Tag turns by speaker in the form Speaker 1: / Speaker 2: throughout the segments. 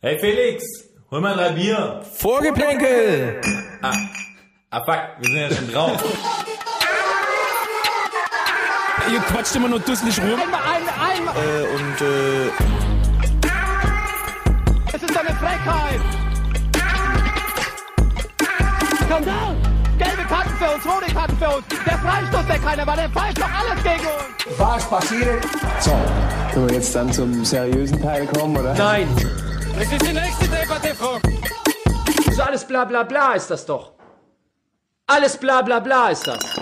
Speaker 1: Hey Felix, hol mal drei Bier.
Speaker 2: Vorgeplänkel!
Speaker 1: Ah fuck, wir sind ja schon drauf.
Speaker 2: Ihr quatscht immer nur dusselig rum.
Speaker 3: Einmal, einmal, einmal.
Speaker 2: Und äh,
Speaker 3: Es ist eine Frechheit. Skandal. Gelbe Karten für uns, rote Karten für uns. Der Freistoß, der keiner war, der pfeift doch alles gegen uns.
Speaker 4: Was passiert? So, können wir jetzt dann zum seriösen Teil kommen, oder?
Speaker 5: Nein,
Speaker 6: Es ist die nächste Debatte, Frau.
Speaker 5: so alles bla bla bla ist das doch. Alles bla bla bla ist das.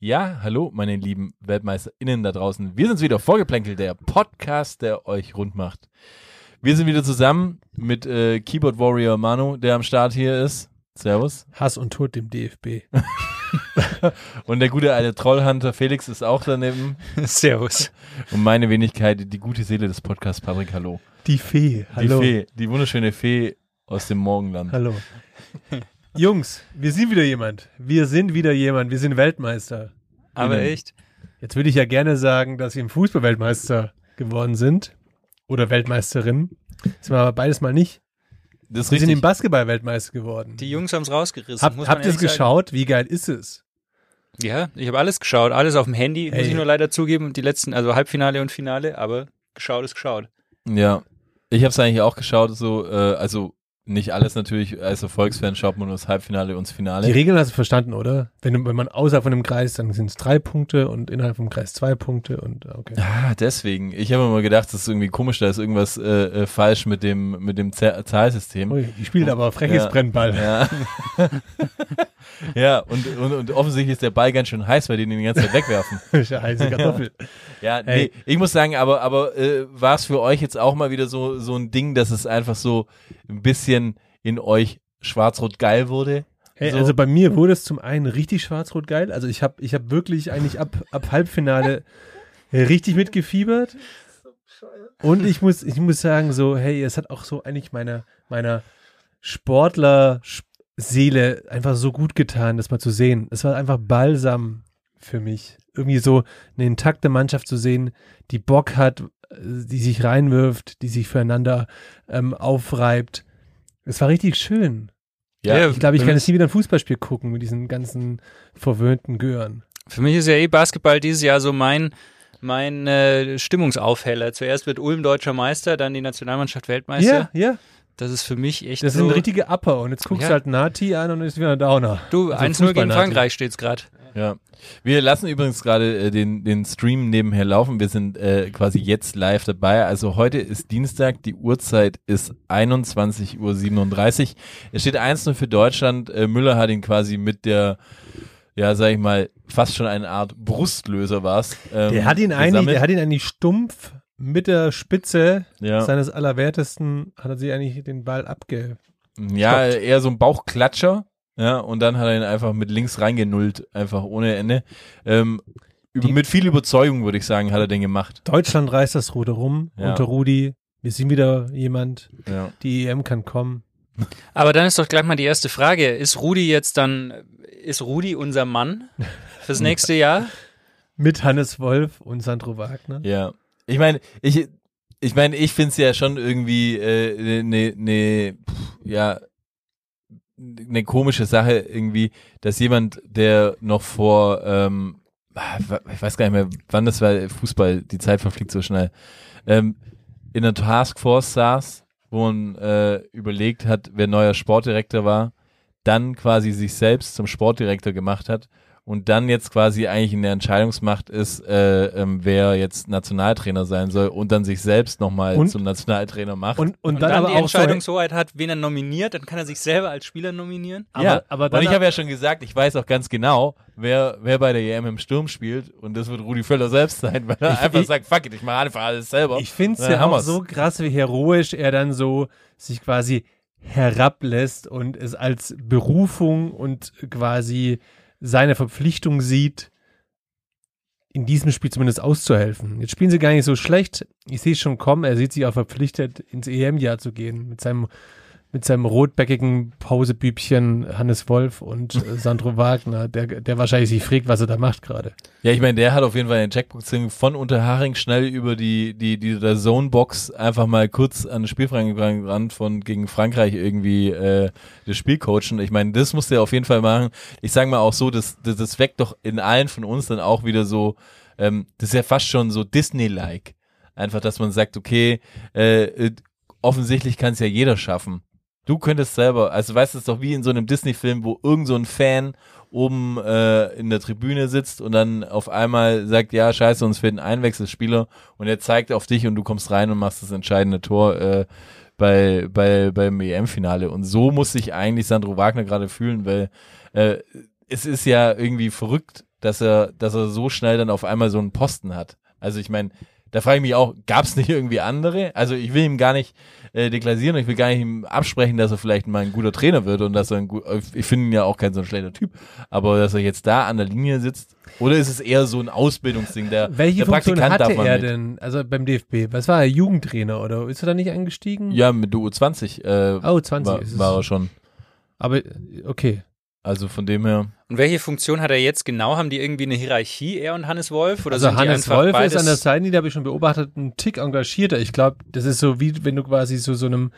Speaker 7: Ja, hallo, meine lieben WeltmeisterInnen da draußen. Wir sind's wieder, Vorgeplänkel, der Podcast, der euch rund macht. Wir sind wieder zusammen mit äh, Keyboard Warrior Manu, der am Start hier ist. Servus.
Speaker 8: Hass und Tod dem DFB.
Speaker 7: Und der gute alte Trollhunter Felix ist auch daneben.
Speaker 8: Servus.
Speaker 7: Und meine Wenigkeit, die gute Seele des Podcasts, Patrick, hallo.
Speaker 8: Die Fee. Hallo.
Speaker 7: Die Fee, die wunderschöne Fee aus dem Morgenland.
Speaker 8: Hallo. Jungs, wir sind wieder jemand. Wir sind wieder jemand. Wir sind Weltmeister.
Speaker 7: Aber
Speaker 8: echt? Jetzt würde ich ja gerne sagen, dass wir im Fußball Weltmeister geworden sind. Oder Weltmeisterin. Sind wir aber beides mal nicht.
Speaker 7: Das ist
Speaker 8: Wir sind
Speaker 7: richtig.
Speaker 8: im Basketball Weltmeister geworden.
Speaker 9: Die Jungs haben es rausgerissen.
Speaker 8: Hab,
Speaker 9: muss man
Speaker 8: habt ihr es
Speaker 9: ehrlich sagen.
Speaker 8: geschaut? Wie geil ist es?
Speaker 9: Ja, ich habe alles geschaut. Alles auf dem Handy, muss
Speaker 8: Ey.
Speaker 9: ich nur leider zugeben. Die letzten, also Halbfinale und Finale, aber geschaut ist geschaut.
Speaker 7: Ja, ich habe es eigentlich auch geschaut, so, äh, also nicht alles natürlich, als Erfolgsfan schaut man nur das Halbfinale und das
Speaker 8: Die
Speaker 7: Finale.
Speaker 8: Regeln hast du verstanden, oder? Wenn, du, wenn man außerhalb von einem Kreis, dann sind es drei Punkte und innerhalb vom Kreis zwei Punkte und okay.
Speaker 7: Ah, deswegen. Ich habe immer gedacht, das ist irgendwie komisch, da ist irgendwas äh, äh, falsch mit dem, mit dem Ze- Zahlsystem.
Speaker 8: Ui, die spielt aber freches
Speaker 7: Ja.
Speaker 8: Brennball.
Speaker 7: Ja, ja und, und, und offensichtlich ist der Ball ganz schön heiß, weil die den die ganze Zeit wegwerfen.
Speaker 8: Scheiße, Kartoffel.
Speaker 7: Ja, nee,
Speaker 8: Hey.
Speaker 7: ich muss sagen, aber, aber äh, war es für euch jetzt auch mal wieder so, so ein Ding, dass es einfach so ein bisschen in euch schwarz-rot geil wurde?
Speaker 8: Hey,
Speaker 7: So.
Speaker 8: Also bei mir wurde es zum einen richtig schwarz-rot geil. Also ich habe ich hab wirklich eigentlich ab, ab Halbfinale richtig mitgefiebert. Und ich muss, ich muss sagen, so, hey, es hat auch so eigentlich meiner, meiner Sportler-Seele einfach so gut getan, das mal zu sehen. Es war einfach Balsam für mich. Irgendwie so eine intakte Mannschaft zu sehen, die Bock hat, äh, die sich reinwirft, die sich füreinander ähm, aufreibt. Es war richtig schön.
Speaker 7: Ja.
Speaker 8: Ich glaube, ich kann jetzt nie wieder ein Fußballspiel gucken mit diesen ganzen verwöhnten Gören.
Speaker 9: Für mich ist ja eh Basketball dieses Jahr so mein, mein äh, Stimmungsaufheller. Zuerst wird Ulm deutscher Meister, dann die Nationalmannschaft Weltmeister.
Speaker 8: Ja, ja.
Speaker 9: Das ist für mich echt
Speaker 8: Das
Speaker 9: so.
Speaker 8: sind richtige Upper. Und jetzt guckst
Speaker 9: Ja.
Speaker 8: du halt Nati an und ist wieder ein Downer.
Speaker 9: du,
Speaker 8: Also
Speaker 9: 1-0 gegen
Speaker 8: Fußball-Nati.
Speaker 9: Frankreich steht's gerade.
Speaker 7: Ja. Wir lassen übrigens gerade äh, den, den Stream nebenher laufen. Wir sind äh, quasi jetzt live dabei. Also heute ist Dienstag, die Uhrzeit ist 21.37 Uhr. Es steht 1-0 für Deutschland. Äh, Müller hat ihn quasi mit der, ja, sag ich mal, fast schon eine Art Brustlöser war es. Ähm,
Speaker 8: Der hat ihn eigentlich,
Speaker 7: gesammelt.
Speaker 8: der hat ihn eigentlich stumpf mit der Spitze
Speaker 7: ja,
Speaker 8: seines Allerwertesten, hat er sich eigentlich den Ball abge...
Speaker 7: Mhm. ja eher so ein Bauchklatscher. Ja, und dann hat er ihn einfach mit links reingenullt, einfach ohne Ende. Ähm, über, mit viel Überzeugung, würde ich sagen, hat er den gemacht.
Speaker 8: Deutschland reißt das Ruder rum
Speaker 7: Ja.
Speaker 8: unter Rudi. Wir sind wieder jemand.
Speaker 7: Ja.
Speaker 8: Die EM kann kommen.
Speaker 9: Aber dann ist doch gleich mal die erste Frage. Ist Rudi jetzt dann, ist Rudi unser Mann fürs nächste Jahr?
Speaker 8: Mit Hannes Wolf und Sandro Wagner.
Speaker 7: Ja. Ich meine, ich, ich meine, ich finde es ja schon irgendwie äh, ne, ne, pff, ja, eine komische Sache irgendwie, dass jemand, der noch vor, ähm, ah, wa- ich weiß gar nicht mehr, wann das war, Fußball, die Zeit verfliegt so schnell, ähm, in der Taskforce saß, wo man äh, überlegt hat, wer neuer Sportdirektor war, dann quasi sich selbst zum Sportdirektor gemacht hat und dann jetzt quasi eigentlich in der Entscheidungsmacht ist, äh, ähm, wer jetzt Nationaltrainer sein soll und dann sich selbst nochmal
Speaker 8: Und-
Speaker 7: zum Nationaltrainer macht.
Speaker 8: Und, und,
Speaker 9: Und
Speaker 8: dann,
Speaker 9: dann,
Speaker 8: aber
Speaker 9: die
Speaker 8: auch so,
Speaker 9: Entscheidungshoheit hat, wen er nominiert, dann kann er sich selber als Spieler nominieren.
Speaker 8: aber,
Speaker 7: ja,
Speaker 8: aber
Speaker 7: und
Speaker 8: dann
Speaker 7: ich habe ja schon gesagt, ich weiß auch ganz genau, wer, wer bei der EM im Sturm spielt und das wird Rudi Völler selbst sein, weil er einfach
Speaker 8: ich-
Speaker 7: sagt, fuck it, ich mache einfach alles selber.
Speaker 8: Ich finde es
Speaker 7: Dann
Speaker 8: ja
Speaker 7: haben
Speaker 8: auch
Speaker 7: wir's.
Speaker 8: so krass, wie heroisch er dann so sich quasi herablässt und es als Berufung und quasi seine Verpflichtung sieht, in diesem Spiel zumindest auszuhelfen. Jetzt spielen sie gar nicht so schlecht. Ich sehe es schon kommen. Er sieht sich auch verpflichtet, ins EM-Jahr zu gehen mit seinem mit seinem rotbäckigen Pausebübchen Hannes Wolf und äh, Sandro Wagner, der, der wahrscheinlich sich fragt, was er da macht gerade.
Speaker 7: Ja, ich meine, der hat auf jeden Fall den Checkboxing von Unterhaching schnell über die, die, die der Zone-Box einfach mal kurz an das Spielfragen ran von gegen Frankreich irgendwie äh, das Spiel coachen. Ich meine, das muss der auf jeden Fall machen. Ich sage mal auch so, das, das, das weckt doch in allen von uns dann auch wieder so, ähm, das ist ja fast schon so Disney-like. Einfach, dass man sagt, okay, äh, äh, offensichtlich kann es ja jeder schaffen. Du könntest selber, also weißt du, es ist doch wie in so einem Disney-Film, wo irgend so ein Fan oben äh, in der Tribüne sitzt und dann auf einmal sagt, ja, scheiße, uns fehlt ein Einwechselspieler und er zeigt auf dich und du kommst rein und machst das entscheidende Tor äh, bei, bei, beim EM-Finale. Und so muss sich eigentlich Sandro Wagner gerade fühlen, weil äh, es ist ja irgendwie verrückt, dass er, dass er so schnell dann auf einmal so einen Posten hat. Also ich meine, da frage ich mich auch, gab es nicht irgendwie andere? Also ich will ihm gar nicht äh, deklassieren, und ich will gar nicht ihm absprechen, dass er vielleicht mal ein guter Trainer wird und dass er ein gut, ich finde ihn ja auch kein so ein schlechter Typ, aber dass er jetzt da an der Linie sitzt, oder ist es eher so ein Ausbildungsding, der,
Speaker 8: Welche
Speaker 7: der
Speaker 8: Funktion
Speaker 7: Praktikant
Speaker 8: hatte
Speaker 7: darf man
Speaker 8: er
Speaker 7: mit.
Speaker 8: denn? Also beim DFB, was war er? Jugendtrainer oder ist er da nicht eingestiegen?
Speaker 7: Ja, mit der U20 äh,
Speaker 8: Oh, 20
Speaker 7: war,
Speaker 8: ist es.
Speaker 7: war er schon.
Speaker 8: Aber okay.
Speaker 7: Also von dem her.
Speaker 9: Und welche Funktion hat er jetzt genau? Haben die irgendwie eine Hierarchie, er und Hannes Wolf? Oder
Speaker 8: Also
Speaker 9: sind die
Speaker 8: Hannes
Speaker 9: einfach
Speaker 8: Wolf
Speaker 9: beides
Speaker 8: ist an der Seite, da habe ich schon beobachtet, ein Tick engagierter. Ich glaube, das ist so wie wenn du quasi so so einem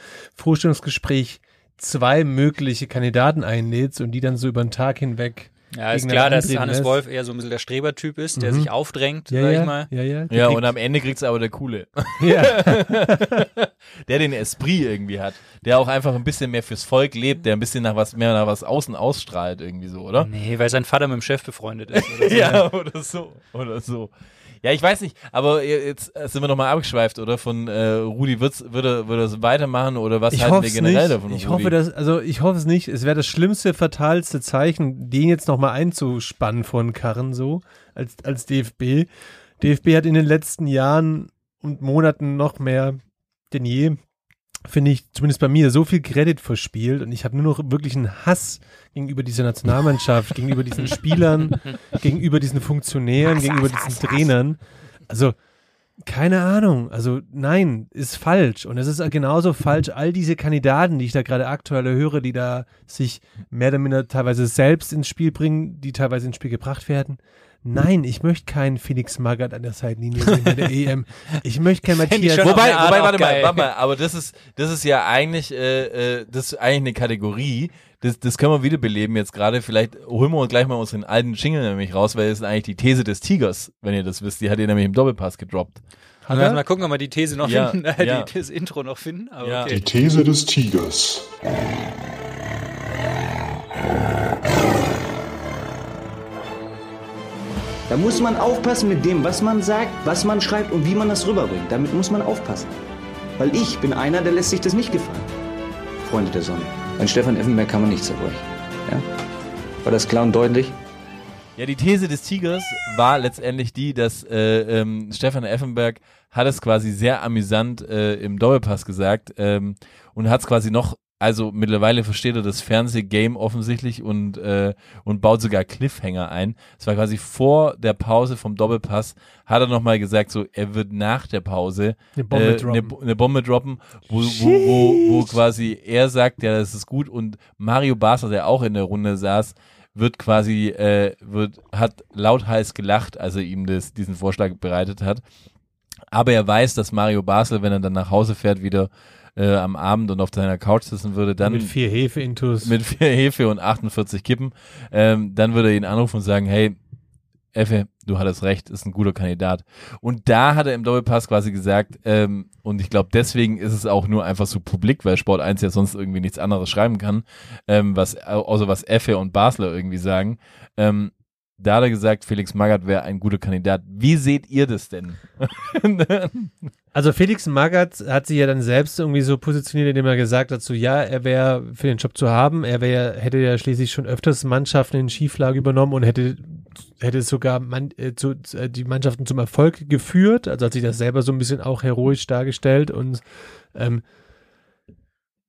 Speaker 8: Vorstellungsgespräch zwei mögliche Kandidaten einlädst und die dann so über den Tag hinweg.
Speaker 9: Ja, ist
Speaker 8: gegeneinander
Speaker 9: klar, dass
Speaker 8: antreten
Speaker 9: Hannes
Speaker 8: lässt.
Speaker 9: Wolf eher so ein bisschen der Strebertyp ist, der
Speaker 8: ne? Mhm.
Speaker 9: sich aufdrängt,
Speaker 8: Ja,
Speaker 9: sag
Speaker 8: ja,
Speaker 9: ich mal.
Speaker 8: ja, ja.
Speaker 7: Ja,
Speaker 8: Die
Speaker 7: und am Ende kriegt's aber der Coole.
Speaker 8: kriegt- ja.
Speaker 7: der den Esprit irgendwie hat, der auch einfach ein bisschen mehr fürs Volk lebt, der ein bisschen nach was mehr nach was außen ausstrahlt irgendwie so, oder?
Speaker 8: Mhm.
Speaker 9: Nee, weil sein Vater mit dem Chef befreundet ist. Oder so.
Speaker 7: Ja, oder so, oder so. Ja, ich weiß nicht, aber jetzt äh, sind wir nochmal abgeschweift, oder? Von äh, Rudi wird's, würde, würde es weitermachen oder was
Speaker 8: Ich
Speaker 7: halten
Speaker 8: hoffe
Speaker 7: wir
Speaker 8: es
Speaker 7: generell davon?
Speaker 8: nicht. Ich hoffe, dass, also ich hoffe es nicht. Es wäre das schlimmste, fatalste Zeichen, den jetzt nochmal einzuspannen von Karren so als als DFB. DFB hat in den letzten Jahren und Monaten noch mehr denn je finde ich zumindest bei mir so viel Credit verspielt und ich habe nur noch wirklich einen Hass gegenüber dieser Nationalmannschaft, gegenüber diesen Spielern, gegenüber diesen Funktionären, gegenüber diesen Trainern. Also keine Ahnung, also nein, ist falsch und es ist genauso falsch all diese Kandidaten, die ich da gerade aktuell höre, die da sich mehr oder minder teilweise selbst ins Spiel bringen, die teilweise ins Spiel gebracht werden. Nein, ich möchte keinen Felix Magath an der Seitenlinie sehen bei der EM. Ich möchte keinen
Speaker 9: Fänd ich
Speaker 8: Matthias
Speaker 9: schon auf
Speaker 7: Wobei,
Speaker 9: eine Art
Speaker 7: wobei,
Speaker 9: auch
Speaker 7: warte mal,
Speaker 9: geil.
Speaker 7: warte mal, aber das ist, das ist ja eigentlich, äh, äh, das ist eigentlich eine Kategorie. Das, das können wir wiederbeleben jetzt gerade. Vielleicht holen wir uns gleich mal unseren alten Jingle nämlich raus, weil das ist eigentlich die These des Tigers, wenn ihr das wisst. Die hat ihr nämlich im Doppelpass gedroppt.
Speaker 9: Wir müssen mal gucken, ob wir die These noch
Speaker 7: Ja,
Speaker 9: finden, äh,
Speaker 7: ja.
Speaker 9: Die, das Intro noch finden. Aber
Speaker 7: Ja.
Speaker 9: okay.
Speaker 10: These des Tigers.
Speaker 11: Da muss man aufpassen mit dem, was man sagt, was man schreibt und wie man das rüberbringt. Damit muss man aufpassen. Weil ich bin einer, der lässt sich das nicht gefallen. Freunde der Sonne. An Stefan Effenberg kann man nichts erbrechen. Ja? War das klar und deutlich?
Speaker 7: Ja, die These des Tigers war letztendlich die, dass äh, ähm, Stefan Effenberg hat es quasi sehr amüsant äh, im Doppelpass gesagt ähm, und hat es quasi noch, also mittlerweile versteht er das Fernsehgame offensichtlich und, äh, und baut sogar Cliffhanger ein. Es war quasi vor der Pause vom Doppelpass, hat er nochmal gesagt, so er wird nach der Pause
Speaker 8: Eine Bombe
Speaker 7: äh,
Speaker 8: droppen.
Speaker 7: Eine, Bo- eine Bombe droppen, wo, wo, wo, wo quasi er sagt, ja, das ist gut und Mario Basler, der auch in der Runde saß, wird quasi, äh, wird, hat laut heiß gelacht, als er ihm das, diesen Vorschlag bereitet hat. Aber er weiß, dass Mario Basel, wenn er dann nach Hause fährt, wieder äh, am Abend und auf seiner Couch sitzen würde, dann
Speaker 8: mit vier Hefeintus.
Speaker 7: mit vier Hefe und 48 Kippen, ähm, dann würde er ihn anrufen und sagen, hey, Effe, du hattest recht, ist ein guter Kandidat. Und da hat er im Doppelpass quasi gesagt, ähm, und ich glaube, deswegen ist es auch nur einfach so publik, weil Sport 1 ja sonst irgendwie nichts anderes schreiben kann, ähm, was, außer was Effe und Basler irgendwie sagen. Ähm, da hat er gesagt, Felix Magath wäre ein guter Kandidat. Wie seht ihr das denn?
Speaker 8: Also Felix Magath hat sich ja dann selbst irgendwie so positioniert, indem er gesagt hat, so ja, er wäre für den Job zu haben, er wäre, hätte ja schließlich schon öfters Mannschaften in Schieflage übernommen und hätte hätte sogar man, äh, zu, zu- äh, die Mannschaften zum Erfolg geführt, also hat sich das selber so ein bisschen auch heroisch dargestellt und ähm,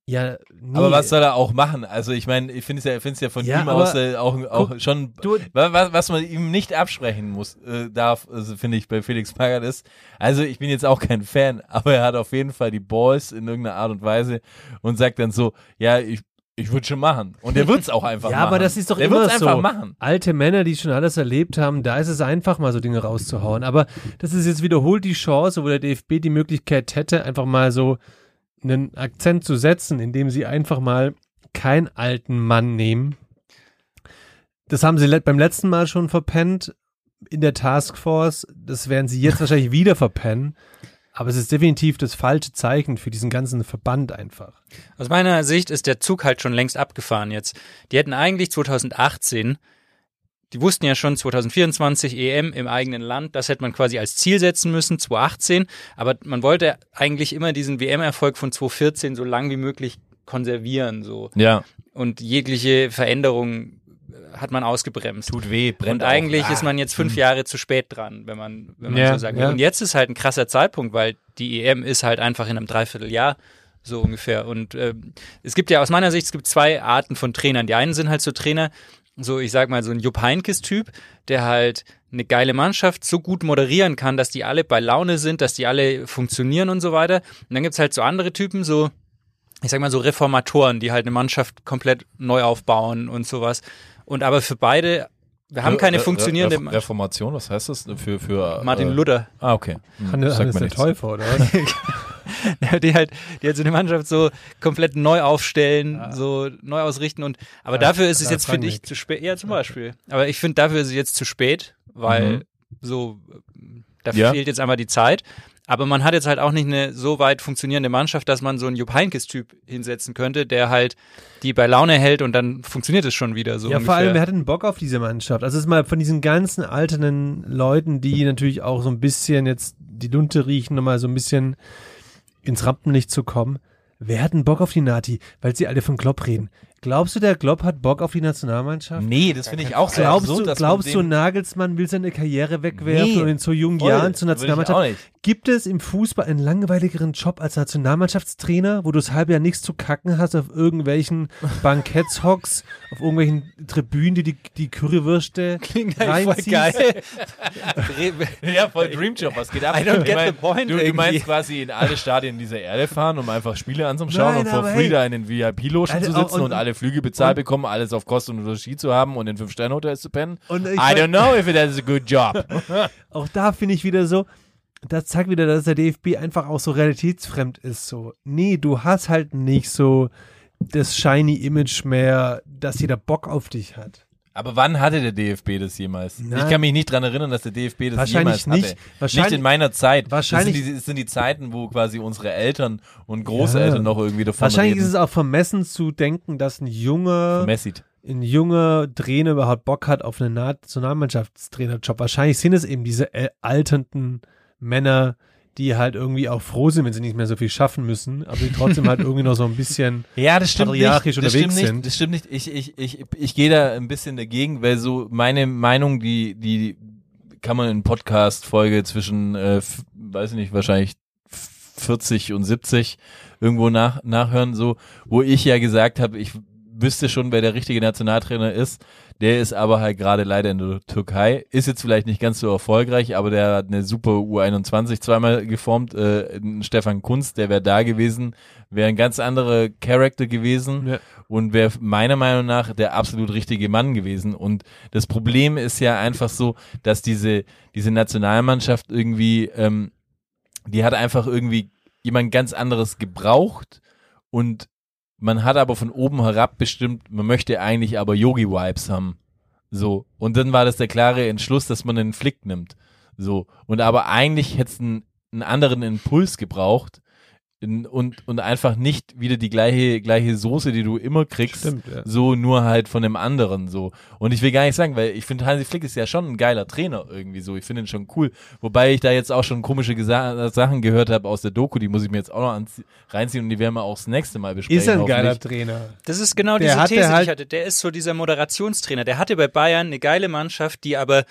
Speaker 8: Ja, nee.
Speaker 7: Aber was soll er auch machen? Also ich meine, ich finde es ja, ich find's ja von
Speaker 8: Ja,
Speaker 7: ihm
Speaker 8: aber
Speaker 7: aus äh, auch, auch schon,
Speaker 8: du-
Speaker 7: wa- wa- was man ihm nicht absprechen muss, äh, darf, also finde ich bei Felix Magath ist. Also ich bin jetzt auch kein Fan, aber er hat auf jeden Fall die Balls in irgendeiner Art und Weise und sagt dann so, ja, ich, ich würde schon machen. Und er wird es auch einfach
Speaker 8: Ja,
Speaker 7: machen.
Speaker 8: aber das ist doch
Speaker 7: der
Speaker 8: immer
Speaker 7: wird's
Speaker 8: so.
Speaker 7: einfach machen.
Speaker 8: Alte Männer, die schon alles erlebt haben, da ist es einfach mal so Dinge rauszuhauen. Aber das ist jetzt wiederholt die Chance, wo der DFB die Möglichkeit hätte, einfach mal so einen Akzent zu setzen, indem sie einfach mal keinen alten Mann nehmen. Das haben sie le- beim letzten Mal schon verpennt in der Taskforce. Das werden sie jetzt wahrscheinlich wieder verpennen. Aber es ist definitiv das falsche Zeichen für diesen ganzen Verband einfach.
Speaker 9: Aus meiner Sicht ist der Zug halt schon längst abgefahren jetzt. Die hätten eigentlich 2018, die wussten ja schon 2024 EM im eigenen Land, das hätte man quasi als Ziel setzen müssen, 2018, aber man wollte eigentlich immer diesen WM-Erfolg von 2014 so lang wie möglich konservieren, so.
Speaker 7: Ja,
Speaker 9: Und jegliche Veränderung äh, hat man ausgebremst.
Speaker 7: tut weh, brennt
Speaker 9: Und eigentlich ist man jetzt fünf Jahre zu spät dran, wenn man, wenn man
Speaker 8: Ah. Mhm. Ja,
Speaker 9: so sagt.
Speaker 8: ja.
Speaker 9: Und jetzt ist halt ein krasser Zeitpunkt, weil die EM ist halt einfach in einem Dreivierteljahr so ungefähr. Und ähm, es gibt ja aus meiner Sicht, es gibt zwei Arten von Trainern. Die einen sind halt so Trainer, so ich sag mal so ein Jupp Heinkes-Typ, der halt eine geile Mannschaft so gut moderieren kann, dass die alle bei Laune sind, dass die alle funktionieren und so weiter. Und dann gibt's halt so andere Typen, so ich sag mal so Reformatoren, die halt eine Mannschaft komplett neu aufbauen und sowas. Und aber für beide, wir haben keine funktionierende
Speaker 7: Re
Speaker 9: Mannschaft.
Speaker 7: Reformation, was heißt das für, für
Speaker 9: Martin
Speaker 7: äh,
Speaker 9: Luther,
Speaker 7: Ah, okay. Hm,
Speaker 8: Hannes,
Speaker 7: sagt
Speaker 8: Hannes
Speaker 7: mir
Speaker 8: der
Speaker 7: nichts.
Speaker 8: Täufer, oder was?
Speaker 9: die halt, die halt so eine Mannschaft so komplett neu aufstellen, so neu ausrichten und, aber dafür ist es
Speaker 8: Lars
Speaker 9: jetzt, finde ich,
Speaker 8: Rangnick.
Speaker 9: zu spät. Ja, zum Beispiel. Aber ich finde, dafür ist es jetzt zu spät, weil
Speaker 7: Mhm.
Speaker 9: so, äh, da
Speaker 7: Ja.
Speaker 9: fehlt jetzt einfach die Zeit. Aber man hat jetzt halt auch nicht eine so weit funktionierende Mannschaft, dass man so einen Jupp Heynckes-Typ hinsetzen könnte, der halt die bei Laune hält und dann funktioniert es schon wieder so
Speaker 8: Ja,
Speaker 9: ungefähr.
Speaker 8: vor allem, wer hat denn Bock auf diese Mannschaft? Also es ist mal von diesen ganzen alternden Leuten, die natürlich auch so ein bisschen jetzt die Lunte riechen, nochmal so ein bisschen ins Rampenlicht zu kommen. Wer hat denn Bock auf die Nati? Weil sie alle von Klopp reden. Glaubst du, der Klopp hat Bock auf die Nationalmannschaft?
Speaker 7: Nee, das finde ich auch so
Speaker 8: Glaubst,
Speaker 7: absurd,
Speaker 8: du,
Speaker 7: dass
Speaker 8: glaubst
Speaker 7: man
Speaker 8: du,
Speaker 7: den-
Speaker 8: Nagelsmann will seine Karriere wegwerfen
Speaker 7: Nee,
Speaker 8: und in so jungen
Speaker 7: voll,
Speaker 8: Jahren zur
Speaker 7: würd ich auch
Speaker 8: Nationalmannschaft?
Speaker 7: nicht.
Speaker 8: Gibt es im Fußball einen langweiligeren Job als Nationalmannschaftstrainer, wo du das halbe Jahr nichts zu kacken hast auf irgendwelchen Banketts hockst, auf irgendwelchen Tribünen, die die, die Currywürste reinziehst?
Speaker 7: Ja, voll Dreamjob, was geht ab?
Speaker 9: I don't get
Speaker 7: Ich mein,
Speaker 9: the point
Speaker 7: Du, du
Speaker 9: irgendwie.
Speaker 7: meinst quasi in alle Stadien dieser Erde fahren, um einfach Spiele anzuschauen
Speaker 8: Nein,
Speaker 7: und for
Speaker 8: aber
Speaker 7: free
Speaker 8: hey.
Speaker 7: da in den VIP-Logen
Speaker 8: Also
Speaker 7: zu
Speaker 8: auch-
Speaker 7: sitzen und,
Speaker 8: und-
Speaker 7: alle Flüge bezahlt
Speaker 8: und-
Speaker 7: bekommen, alles auf Kosten und Logis zu haben und in Fünf-Sterne-Hotels zu pennen.
Speaker 8: Und ich
Speaker 7: I
Speaker 8: mein-
Speaker 7: don't know if it is a good job.
Speaker 8: Auch da finde ich wieder so, das zeigt wieder, dass der DFB einfach auch so realitätsfremd ist. So, nee, du hast halt nicht so das shiny Image mehr, dass jeder Bock auf dich hat.
Speaker 7: Aber wann hatte der DFB das jemals?
Speaker 8: Nein.
Speaker 7: Ich kann mich nicht dran erinnern, dass der DFB das
Speaker 8: Wahrscheinlich
Speaker 7: jemals hatte.
Speaker 8: nicht. Wahrscheinlich-
Speaker 7: nicht in meiner Zeit.
Speaker 8: Wahrscheinlich-
Speaker 7: Das sind, die, das sind die Zeiten, wo quasi unsere Eltern und Großeltern
Speaker 8: Ja.
Speaker 7: noch irgendwie davon
Speaker 8: Wahrscheinlich
Speaker 7: reden.
Speaker 8: ist es auch vermessen zu denken, dass ein junger,
Speaker 7: Messi.
Speaker 8: ein junger Trainer überhaupt Bock hat auf einen Nationalmannschaftstrainerjob. Wahrscheinlich sind es eben diese äh, alternden Männer, die halt irgendwie auch froh sind, wenn sie nicht mehr so viel schaffen müssen, aber die trotzdem halt irgendwie noch so ein bisschen.
Speaker 7: Ja, das stimmt nicht.
Speaker 8: patriarchisch
Speaker 7: Das
Speaker 8: unterwegs
Speaker 7: stimmt nicht.
Speaker 8: sind.
Speaker 7: Das stimmt nicht. Ich, ich, ich, ich gehe da ein bisschen dagegen, weil so meine Meinung, die, die kann man in Podcast-Folge zwischen, äh, f- weiß ich nicht, wahrscheinlich 40 und 70 irgendwo nach, nachhören, so, wo ich ja gesagt habe, ich wüsste schon, wer der richtige Nationaltrainer ist. Der ist aber halt gerade leider in der Türkei. Ist jetzt vielleicht nicht ganz so erfolgreich, aber der hat eine super U21 zweimal geformt. Äh, ein Stefan Kunz, der wäre da gewesen, wäre ein ganz anderer Charakter gewesen
Speaker 8: Ja.
Speaker 7: und wäre meiner Meinung nach der absolut richtige Mann gewesen. Und das Problem ist ja einfach so, dass diese, diese Nationalmannschaft irgendwie, ähm, die hat einfach irgendwie jemand ganz anderes gebraucht und man hat aber von oben herab bestimmt, man möchte eigentlich aber Yogi-Vibes haben. So. Und dann war das der klare Entschluss, dass man einen Flick nimmt. So. Und aber eigentlich hätte es einen, einen anderen Impuls gebraucht in, und, und einfach nicht wieder die gleiche, gleiche Soße, die du immer kriegst.
Speaker 8: ja.
Speaker 7: So, nur halt von dem anderen so. Und ich will gar nicht sagen, weil ich finde, Hansi Flick ist ja schon ein geiler Trainer irgendwie so. Ich finde ihn schon cool. Wobei ich da jetzt auch schon komische Gesa Sachen gehört habe aus der Doku, die muss ich mir jetzt auch noch anzie- reinziehen und die werden wir auch das nächste Mal besprechen.
Speaker 8: Ist ein geiler
Speaker 7: hoffentlich.
Speaker 8: Trainer.
Speaker 9: Das ist genau
Speaker 8: Der
Speaker 9: diese
Speaker 8: hatte
Speaker 9: These, die
Speaker 8: halt-
Speaker 9: ich hatte. Der ist so dieser Moderationstrainer. Der hatte bei Bayern eine geile Mannschaft, die aber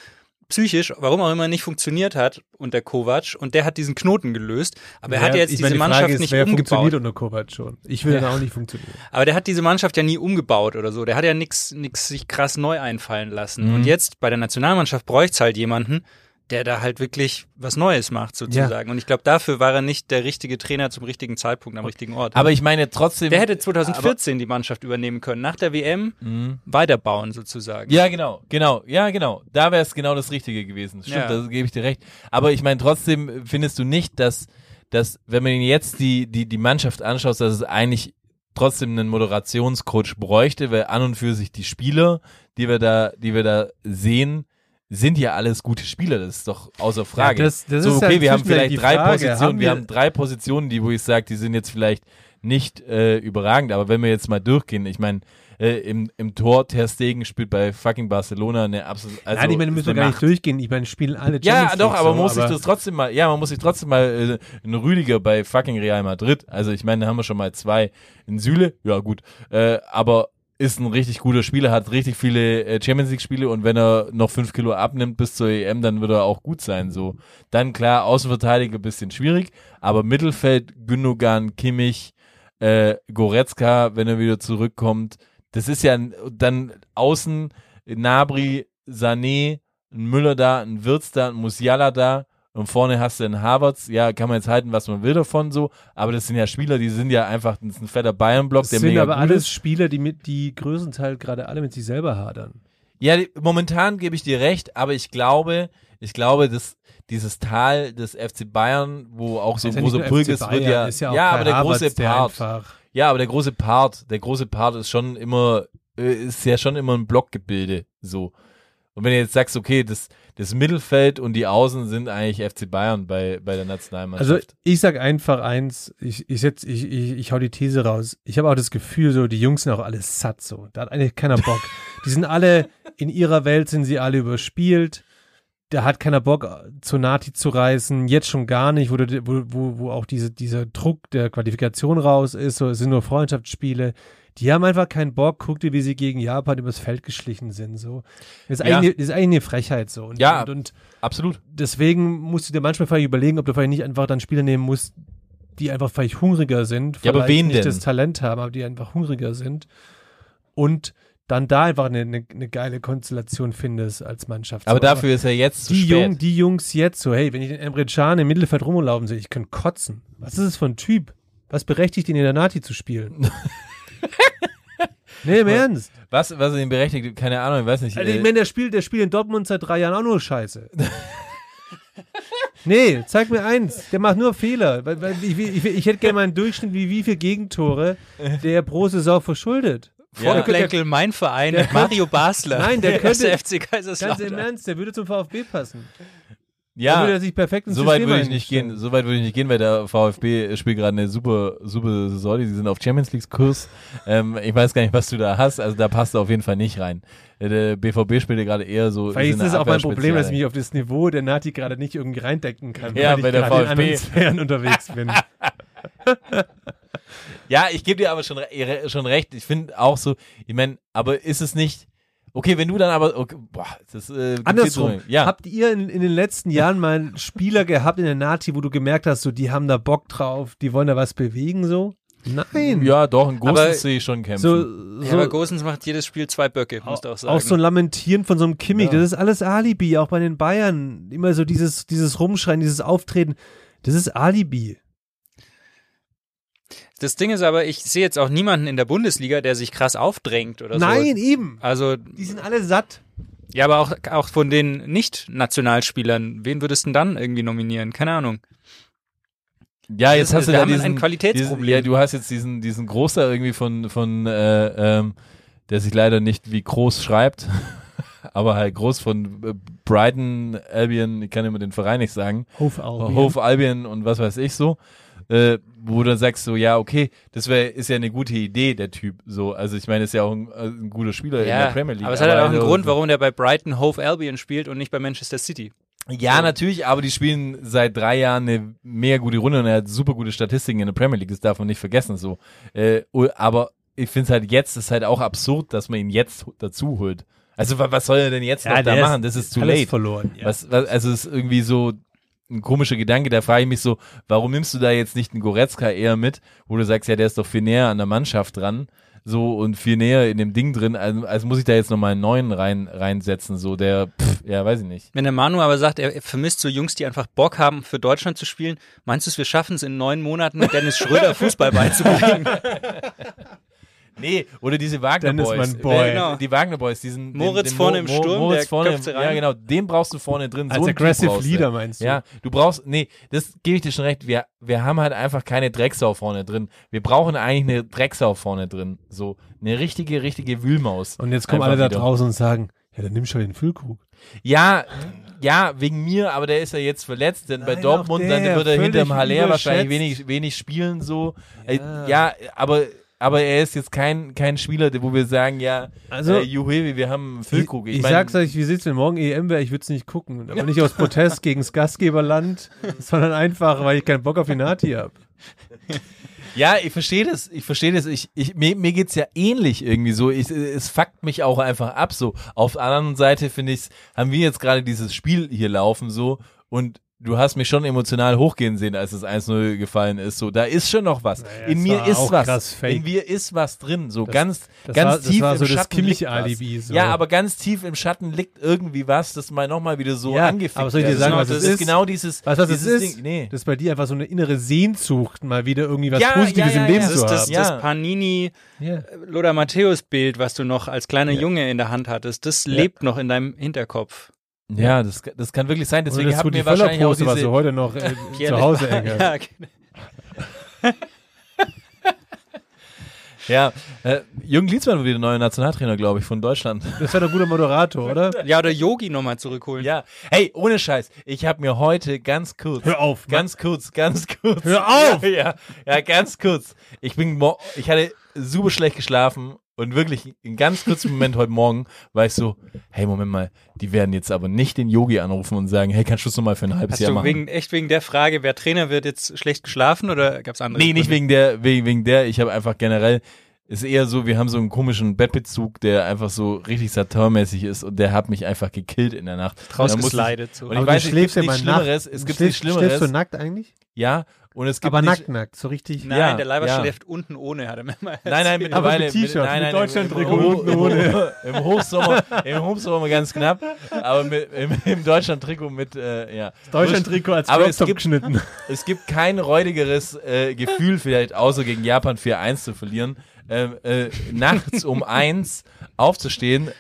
Speaker 9: psychisch, warum auch immer, nicht funktioniert hat unter Kovac. Und der hat diesen Knoten gelöst. Aber er hat ja jetzt
Speaker 8: ich
Speaker 9: diese
Speaker 8: meine, die Frage
Speaker 9: Mannschaft
Speaker 8: ist,
Speaker 9: nicht
Speaker 8: wer
Speaker 9: umgebaut.
Speaker 8: funktioniert unter Kovac schon? Ich will dann auch nicht funktionieren.
Speaker 9: Aber der hat diese Mannschaft ja nie umgebaut oder so. Der hat ja nix, nix sich krass neu einfallen lassen.
Speaker 8: Mhm.
Speaker 9: Und jetzt bei der Nationalmannschaft bräuchte es halt jemanden, der da halt wirklich was Neues macht, sozusagen. Und ich glaube, dafür war er nicht der richtige Trainer zum richtigen Zeitpunkt am richtigen Ort.
Speaker 7: Aber ich meine trotzdem.
Speaker 9: der hätte 2014 die Mannschaft übernehmen können, nach der WM
Speaker 7: Hm?
Speaker 9: weiterbauen, sozusagen.
Speaker 7: Ja, genau, genau, ja, genau. Da wäre es genau das Richtige gewesen. Stimmt,
Speaker 9: Ja.
Speaker 7: da gebe ich dir recht. Aber ich meine, trotzdem findest du nicht, dass, dass wenn man jetzt die, die, die Mannschaft anschaut, dass es eigentlich trotzdem einen Moderationscoach bräuchte, weil an und für sich die Spieler, die wir da, die wir da sehen, sind ja alles gute Spieler, das ist doch außer Frage.
Speaker 8: das- das
Speaker 7: so,
Speaker 8: ist ja
Speaker 7: okay, wir haben
Speaker 8: zwischendurch
Speaker 7: vielleicht
Speaker 8: die
Speaker 7: drei
Speaker 8: Frage,
Speaker 7: Positionen,
Speaker 8: haben
Speaker 7: wir
Speaker 8: wir-
Speaker 7: haben drei Positionen, die, wo ich sage, die sind jetzt vielleicht nicht äh, überragend, aber wenn wir jetzt mal durchgehen, ich meine, äh, im, im Tor Ter Stegen spielt bei fucking Barcelona eine absolut. Also
Speaker 8: Nein, ich meine,
Speaker 7: ist
Speaker 8: müssen wir
Speaker 7: eine
Speaker 8: gar
Speaker 7: Macht.
Speaker 8: nicht durchgehen. Ich meine, spielen alle Champions
Speaker 7: Ja, doch,
Speaker 8: League
Speaker 7: aber
Speaker 8: so,
Speaker 7: man muss sich das trotzdem mal, ja, man muss sich trotzdem mal äh, einen Rüdiger bei fucking Real Madrid, also ich meine, da haben wir schon mal zwei in Süle, ja gut, äh, aber ist ein richtig guter Spieler, hat richtig viele äh, Champions League Spiele und wenn er noch fünf Kilo abnimmt bis zur EM, dann wird er auch gut sein, so. Dann klar, Außenverteidiger bisschen schwierig, aber Mittelfeld, Gündogan, Kimmich, äh, Goretzka, wenn er wieder zurückkommt, das ist ja ein- dann außen Nabri, Sané, ein Müller da, ein Wirtz da, ein Musiala da und vorne hast du einen Havertz. Ja, kann man jetzt halten, was man will davon so, aber das sind ja Spieler, die sind ja einfach, das ist ein fetter Bayern-Block,
Speaker 8: Das
Speaker 7: der
Speaker 8: sind
Speaker 7: mega
Speaker 8: aber
Speaker 7: gut
Speaker 8: alles
Speaker 7: ist.
Speaker 8: Spieler, die mit die größtenteils gerade alle mit sich selber hadern.
Speaker 7: Ja, die- momentan gebe ich dir recht, aber ich glaube, ich glaube, dass dieses Tal des FC Bayern, wo auch so ein
Speaker 8: Ist ja nicht
Speaker 7: großer
Speaker 8: nur
Speaker 7: Pulk
Speaker 8: FC
Speaker 7: ist, wird
Speaker 8: Bayern,
Speaker 7: ja,
Speaker 8: ist ja, auch
Speaker 7: ja aber
Speaker 8: Kai
Speaker 7: der
Speaker 8: Havertz,
Speaker 7: große
Speaker 8: der
Speaker 7: Part,
Speaker 8: einfach-
Speaker 7: Ja, aber der große Part, der große Part ist schon immer, äh, ist ja schon immer ein Blockgebilde, so. Und wenn du jetzt sagst, okay, das, das Mittelfeld und die Außen sind eigentlich FC Bayern bei, bei der Nationalmannschaft.
Speaker 8: Also ich sag einfach eins, ich, ich, setz, ich, ich, ich hau die These raus. Ich habe auch das Gefühl, so die Jungs sind auch alle satt so. Da hat eigentlich keiner Bock. die sind alle, in ihrer Welt sind sie alle überspielt. Da hat keiner Bock, zu Nati zu reißen. Jetzt schon gar nicht, wo, du, wo, wo, wo auch diese, dieser Druck der Qualifikation raus ist. So, es sind nur Freundschaftsspiele. Die haben einfach keinen Bock. Guck dir, wie sie gegen Japan übers Feld geschlichen sind. So. Das ist,
Speaker 7: Ja.
Speaker 8: eigentlich, das ist eigentlich eine Frechheit so. Und,
Speaker 7: Ja.
Speaker 8: und, und
Speaker 7: Absolut.
Speaker 8: deswegen musst du dir manchmal vielleicht überlegen, ob du vielleicht nicht einfach dann Spieler nehmen musst, die einfach vielleicht hungriger sind,
Speaker 7: Ja,
Speaker 8: vielleicht
Speaker 7: aber wen
Speaker 8: nicht
Speaker 7: denn?
Speaker 8: das Talent haben, aber die einfach hungriger sind und dann da einfach eine, eine, eine geile Konstellation findest als Mannschaft.
Speaker 7: Aber
Speaker 8: So,
Speaker 7: dafür ist er jetzt zu
Speaker 8: die,
Speaker 7: spät.
Speaker 8: Jung, die Jungs jetzt so, hey, wenn ich den Emre Can im Mittelfeld rumlaufen sehe, ich könnte kotzen. Was ist das für ein Typ? Was berechtigt ihn in der Nati zu spielen? nee, im Ernst.
Speaker 7: was, was ihn berechtigt, keine Ahnung, ich weiß nicht.
Speaker 8: Also ich
Speaker 7: äh,
Speaker 8: meine, der spielt, der spielt in Dortmund seit drei Jahren auch nur Scheiße. nee, zeig mir eins. Der macht nur Fehler. Weil- weil Ich, ich, ich, ich hätte gerne mal einen Durchschnitt, wie wie viele Gegentore der pro Saison verschuldet.
Speaker 7: ja.
Speaker 9: Vorgeplänkel, mein Verein, Mario Basler.
Speaker 8: Nein, der
Speaker 9: aus
Speaker 8: könnte-
Speaker 9: FC
Speaker 8: Ganz im
Speaker 9: Kaiserslautern.
Speaker 8: Ernst, der würde zum VfB passen. also, Da würde
Speaker 7: ja,
Speaker 8: er sich perfekt ins
Speaker 7: so weit
Speaker 8: System
Speaker 7: würde ich nicht
Speaker 8: einstellen.
Speaker 7: gehen, so weit würde ich nicht gehen, weil der VfB spielt gerade eine super, super Saison, die sind auf Champions League Kurs. ähm, ich weiß gar nicht, was du da hast, also da passt er auf jeden Fall nicht rein. Äh, Der BVB spielt ja gerade eher so.
Speaker 8: Vielleicht
Speaker 7: so
Speaker 8: ist es
Speaker 7: eine
Speaker 8: auch mein Problem, dass ich
Speaker 7: Abwehrspeziale.
Speaker 8: mich auf das Niveau der Nati gerade nicht irgendwie reindecken kann,
Speaker 7: Ja,
Speaker 8: weil
Speaker 7: bei
Speaker 8: ich
Speaker 7: der
Speaker 8: gerade in
Speaker 7: VfB.
Speaker 8: anderen Sphären unterwegs bin.
Speaker 7: Ja, ich gebe dir aber schon, re- re- schon recht. Ich finde auch so, ich meine, aber ist es nicht. Okay, wenn du dann aber. Okay, boah, das, äh, gibt's
Speaker 8: Andersrum,
Speaker 7: jetzt so- Ja.
Speaker 8: habt ihr in, in den letzten Jahren mal Spieler gehabt in der Nati, wo du gemerkt hast, so die haben da Bock drauf, die wollen da was bewegen, so? Nein.
Speaker 7: ja, doch, ein
Speaker 9: Aber-
Speaker 7: großes sehe ich schon kämpfen.
Speaker 8: So, so,
Speaker 9: Ja, aber Gosens macht jedes Spiel zwei Böcke, musst du auch sagen.
Speaker 8: auch so ein Lamentieren von so einem Kimmich, das ist alles Alibi, auch bei den Bayern. Immer so dieses, dieses Rumschreien, dieses Auftreten, das ist Alibi.
Speaker 9: das Ding ist aber, ich sehe jetzt auch niemanden in der Bundesliga, der sich krass aufdrängt oder so.
Speaker 8: Nein, eben.
Speaker 9: Also,
Speaker 8: Die sind alle satt.
Speaker 9: ja, aber auch, auch von den Nicht-Nationalspielern, wen würdest du denn dann irgendwie nominieren? Keine Ahnung.
Speaker 7: ja, jetzt
Speaker 9: das-
Speaker 7: hast du
Speaker 9: wir
Speaker 7: da
Speaker 9: haben ein
Speaker 7: diesen,
Speaker 9: Qualitätsproblem.
Speaker 7: Diesen, ja, du hast jetzt diesen, diesen Großer irgendwie von, von äh, ähm, der sich leider nicht wie groß schreibt, aber halt groß von äh, Brighton, Albion, ich kann immer den Verein nicht sagen.
Speaker 8: Hof auch.
Speaker 7: Hof Albion und was weiß ich so, äh, wo du sagst so, ja, okay, das wär, ist ja eine gute Idee, der Typ. So, also ich meine, ist ja auch ein, äh, ein guter Spieler in der Premier League.
Speaker 9: aber es hat halt auch einen
Speaker 7: also-
Speaker 9: Grund, warum der bei Brighton Hove Albion spielt und nicht bei Manchester City.
Speaker 7: Ja, natürlich, aber die spielen seit drei Jahren eine mega gute Runde und er hat super gute Statistiken in der Premier League, das darf man nicht vergessen. So. Äh, u- aber ich finde es halt jetzt, ist halt auch absurd, dass man ihn jetzt dazu holt. Also wa- was soll er denn jetzt
Speaker 8: Ja,
Speaker 7: noch da
Speaker 8: der ist-
Speaker 7: machen? Das ist too
Speaker 8: alles
Speaker 7: late.
Speaker 8: verloren. Ja.
Speaker 7: Was, was, also es ist irgendwie so ein komischer Gedanke. Da frage ich mich so, warum nimmst du da jetzt nicht einen Goretzka eher mit, wo du sagst, ja, der ist doch viel näher an der Mannschaft dran, so und viel näher in dem Ding drin. Also, also muss ich da jetzt nochmal einen neuen rein, reinsetzen, so der, pff, ja, weiß ich nicht.
Speaker 9: Wenn der Manu aber sagt, er vermisst so Jungs, die einfach Bock haben, für Deutschland zu spielen, meinst du es, wir schaffen es in neun Monaten, Dennis Schröder Fußball beizubringen?
Speaker 7: Nee, oder diese Wagner
Speaker 8: Dennis,
Speaker 7: Boys.
Speaker 8: mein Boy.
Speaker 7: Äh, genau. Die Wagner Boys, diesen den-
Speaker 9: Moritz
Speaker 7: den
Speaker 9: vorne im Sturm,
Speaker 7: Moritz
Speaker 9: der
Speaker 7: vorne, im-
Speaker 9: köpft sie
Speaker 7: Ja,
Speaker 9: rein.
Speaker 7: genau, den brauchst du vorne drin.
Speaker 8: Als
Speaker 7: so einen Typ
Speaker 8: aggressive
Speaker 7: brauchst du.
Speaker 8: Leader meinst du?
Speaker 7: Ja, du brauchst nee, das gebe ich dir schon recht, wir wir haben halt einfach keine Drecksau vorne drin. Wir brauchen eigentlich eine Drecksau vorne drin, so eine richtige richtige Wühlmaus.
Speaker 8: Und jetzt kommen
Speaker 7: Einfach
Speaker 8: alle da
Speaker 7: wieder.
Speaker 8: draußen und sagen, ja, dann nimm schon den Füllkrug.
Speaker 7: Ja, ja, wegen mir, aber der ist ja jetzt verletzt, denn bei
Speaker 8: Nein,
Speaker 7: Dortmund,
Speaker 8: auch
Speaker 7: dann
Speaker 8: der,
Speaker 7: wird er
Speaker 8: völlig
Speaker 7: hinterm Haller wahrscheinlich wenig,
Speaker 8: überschätzt.
Speaker 7: wenig spielen, so. Ja, äh, ja aber, aber er ist jetzt kein, kein Spieler, wo wir sagen, ja,
Speaker 8: Also-
Speaker 7: äh, Juhewi, wir haben einen Füllkrug.
Speaker 8: Ich,
Speaker 7: mein,
Speaker 8: sag's euch, wie sieht's, wenn morgen EM wäre, ich würde es nicht gucken. Aber nicht aus Protest gegen das Gastgeberland, sondern einfach, weil ich keinen Bock auf die Nati habe.
Speaker 7: Ja, ich verstehe das. Ich verstehe das. Ich, ich, mir mir geht's ja ähnlich irgendwie so. Ich, es fuckt mich auch einfach ab so. Auf der anderen Seite finde ich, haben wir jetzt gerade dieses Spiel hier laufen so und du hast mich schon emotional hochgehen sehen, als es 1-0 gefallen ist. So, da ist schon noch was. In
Speaker 8: es
Speaker 7: mir
Speaker 8: war
Speaker 7: ist
Speaker 8: auch
Speaker 7: was.
Speaker 8: krass fake.
Speaker 7: In mir ist was drin. So ganz,
Speaker 8: das
Speaker 7: ganz
Speaker 8: war- das
Speaker 7: tief
Speaker 8: war so
Speaker 7: im
Speaker 8: das
Speaker 7: Schatten liegt was.
Speaker 8: Kimmich-Alibi, so.
Speaker 7: Ja, aber ganz tief im Schatten liegt irgendwie was, das mal nochmal wieder so
Speaker 8: Ja,
Speaker 7: angefickt
Speaker 8: aber soll ich dir
Speaker 7: wird.
Speaker 8: sagen,
Speaker 7: Das
Speaker 8: was es
Speaker 7: ist
Speaker 8: ist?
Speaker 7: genau dieses.
Speaker 8: Weißt du, was das
Speaker 7: dieses
Speaker 8: ist?
Speaker 7: Ding. Nee.
Speaker 8: Das ist bei dir einfach so eine innere Sehnsucht, mal wieder irgendwie was
Speaker 7: Ja,
Speaker 8: Positives
Speaker 7: ja, ja,
Speaker 8: im Leben
Speaker 7: ja.
Speaker 9: Das ist
Speaker 8: zu
Speaker 9: das,
Speaker 8: haben.
Speaker 7: Ja.
Speaker 9: das Panini
Speaker 8: Ja.
Speaker 9: Lothar Matthäus Bild, was du noch als kleiner Junge in der Hand hattest. Das lebt noch in deinem Hinterkopf.
Speaker 7: Ja, das, das kann wirklich sein. Deswegen
Speaker 8: und das
Speaker 7: hat
Speaker 8: tut die
Speaker 7: mir wahrscheinlich auch
Speaker 8: Völlerpose, was
Speaker 7: diese,
Speaker 8: du heute noch äh,
Speaker 9: Pierre
Speaker 8: zu Hause
Speaker 9: Lippmann.
Speaker 8: enge.
Speaker 9: Ja, genau.
Speaker 7: Ja, äh, Jürgen Klinsmann wird wieder neuer Nationaltrainer, glaube ich, von Deutschland.
Speaker 8: Das wäre doch ein guter Moderator, oder?
Speaker 9: ja, oder Yogi nochmal zurückholen.
Speaker 7: Ja, hey, ohne Scheiß, ich habe mir heute ganz kurz,
Speaker 8: Hör auf, Mann.
Speaker 7: ganz kurz, ganz kurz,
Speaker 8: Hör auf!
Speaker 7: ja, ja, ganz kurz. Ich bin, mo- ich hatte super schlecht geschlafen und wirklich einen ganz kurzen Moment heute Morgen war ich so, hey, Moment mal, die werden jetzt aber nicht den Yogi anrufen und sagen, hey, kannst du es nochmal für ein halbes
Speaker 9: Hast
Speaker 7: Jahr
Speaker 9: du
Speaker 7: machen?
Speaker 9: wegen, echt wegen der Frage, wer Trainer wird, jetzt schlecht geschlafen oder gab es andere?
Speaker 7: Nee, nicht
Speaker 9: Gründe?
Speaker 7: wegen der, wegen, wegen der. Ich habe einfach generell, ist eher so, wir haben so einen komischen Bettbezug, der einfach so richtig satirmäßig ist und der hat mich einfach gekillt in der Nacht. Und dann muss ich-
Speaker 9: Rausgeslidet. So.
Speaker 7: Und ich weiß, es gibt nichts Schlimmeres, es
Speaker 8: Du
Speaker 7: gibt nichts
Speaker 8: schläfst- Schläfst du
Speaker 7: Schlimmeres.
Speaker 8: nackt eigentlich?
Speaker 7: Ja, und es gibt
Speaker 8: Aber
Speaker 7: nicht,
Speaker 8: nackt, nackt, so richtig.
Speaker 9: Nein,
Speaker 7: ja,
Speaker 9: der Leiber
Speaker 7: ja.
Speaker 9: schläft unten ohne, hat er mir mal
Speaker 7: Nein, nein,
Speaker 9: erzählt.
Speaker 7: mittlerweile.
Speaker 8: mit T-Shirt,
Speaker 7: nein,
Speaker 8: mit
Speaker 7: nein,
Speaker 8: Deutschland-Trikot
Speaker 7: im-
Speaker 8: unten
Speaker 7: im-
Speaker 8: ohne.
Speaker 7: Im Hochsommer, im Hochsommer ganz knapp, aber mit, im, im Deutschland-Trikot mit, äh, ja.
Speaker 8: Deutschland-Trikot als
Speaker 7: Aber es
Speaker 8: Crop-Top
Speaker 7: gibt-
Speaker 8: geschnitten.
Speaker 7: Es gibt kein räudigeres äh, Gefühl, vielleicht außer gegen Japan 4-1 zu verlieren, ähm, äh, nachts um 1 aufzustehen,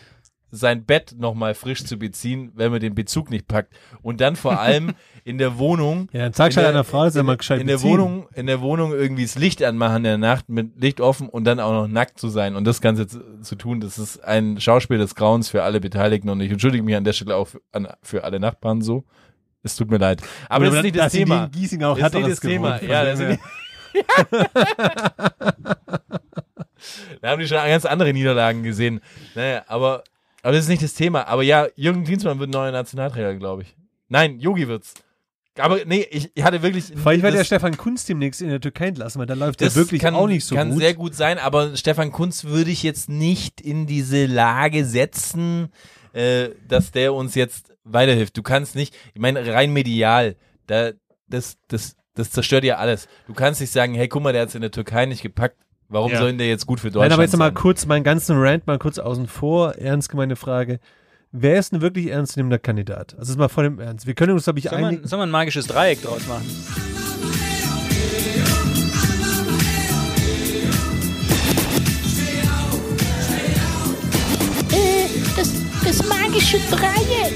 Speaker 7: sein Bett nochmal frisch zu beziehen, wenn man den Bezug nicht packt. Und dann vor allem in der Wohnung.
Speaker 8: Ja, dann sagst
Speaker 7: in
Speaker 8: halt
Speaker 7: der-
Speaker 8: einer Frau, dass er
Speaker 7: in-
Speaker 8: mal gescheit
Speaker 7: in der
Speaker 8: beziehen.
Speaker 7: Wohnung, in der Wohnung irgendwie das Licht anmachen in der Nacht mit Licht offen und dann auch noch nackt zu sein und das Ganze zu, zu tun, das ist ein Schauspiel des Grauens für alle Beteiligten und ich entschuldige mich an der Stelle auch für, an, für alle Nachbarn so. Es tut mir leid. Aber das ist nicht das
Speaker 8: Dass sie die
Speaker 7: Thema.
Speaker 8: in Giesing auch
Speaker 7: Das ist
Speaker 8: hat er
Speaker 7: nicht
Speaker 8: das
Speaker 7: das Thema.
Speaker 8: gewohnt, von
Speaker 7: Ja,
Speaker 8: dem
Speaker 7: das ist
Speaker 8: her.
Speaker 7: nicht- Da haben die schon ganz andere Niederlagen gesehen. Naja, aber, aber das ist nicht das Thema. Aber ja, Jürgen Klinsmann wird neuer Nationaltrainer, glaube ich. Nein, Yogi wird's. Aber nee, ich, ich hatte wirklich.
Speaker 8: Vielleicht wird
Speaker 7: das-
Speaker 8: der Stefan Kunz demnächst in der Türkei entlassen, weil da läuft
Speaker 7: das
Speaker 8: er wirklich
Speaker 7: kann,
Speaker 8: auch nicht so
Speaker 7: kann
Speaker 8: gut.
Speaker 7: sehr gut sein, aber Stefan Kunz würde ich jetzt nicht in diese Lage setzen, äh, dass der uns jetzt weiterhilft. Du kannst nicht, ich meine, rein medial, da, das, das, das zerstört ja alles. Du kannst nicht sagen, hey, guck mal, der hat es in der Türkei nicht gepackt. Warum
Speaker 8: Ja.
Speaker 7: soll denn der jetzt gut für Deutschland
Speaker 8: Nein, aber jetzt noch mal
Speaker 7: sein?
Speaker 8: kurz meinen ganzen Rant mal kurz außen vor. Ernst gemeine Frage. Wer ist ein wirklich ernstzunehmender Kandidat? Also jetzt mal voll im Ernst. Wir können uns, glaube ich,
Speaker 9: Soll man,
Speaker 8: einigen.
Speaker 9: soll man ein magisches Dreieck draus machen?
Speaker 10: das, das magische Dreieck.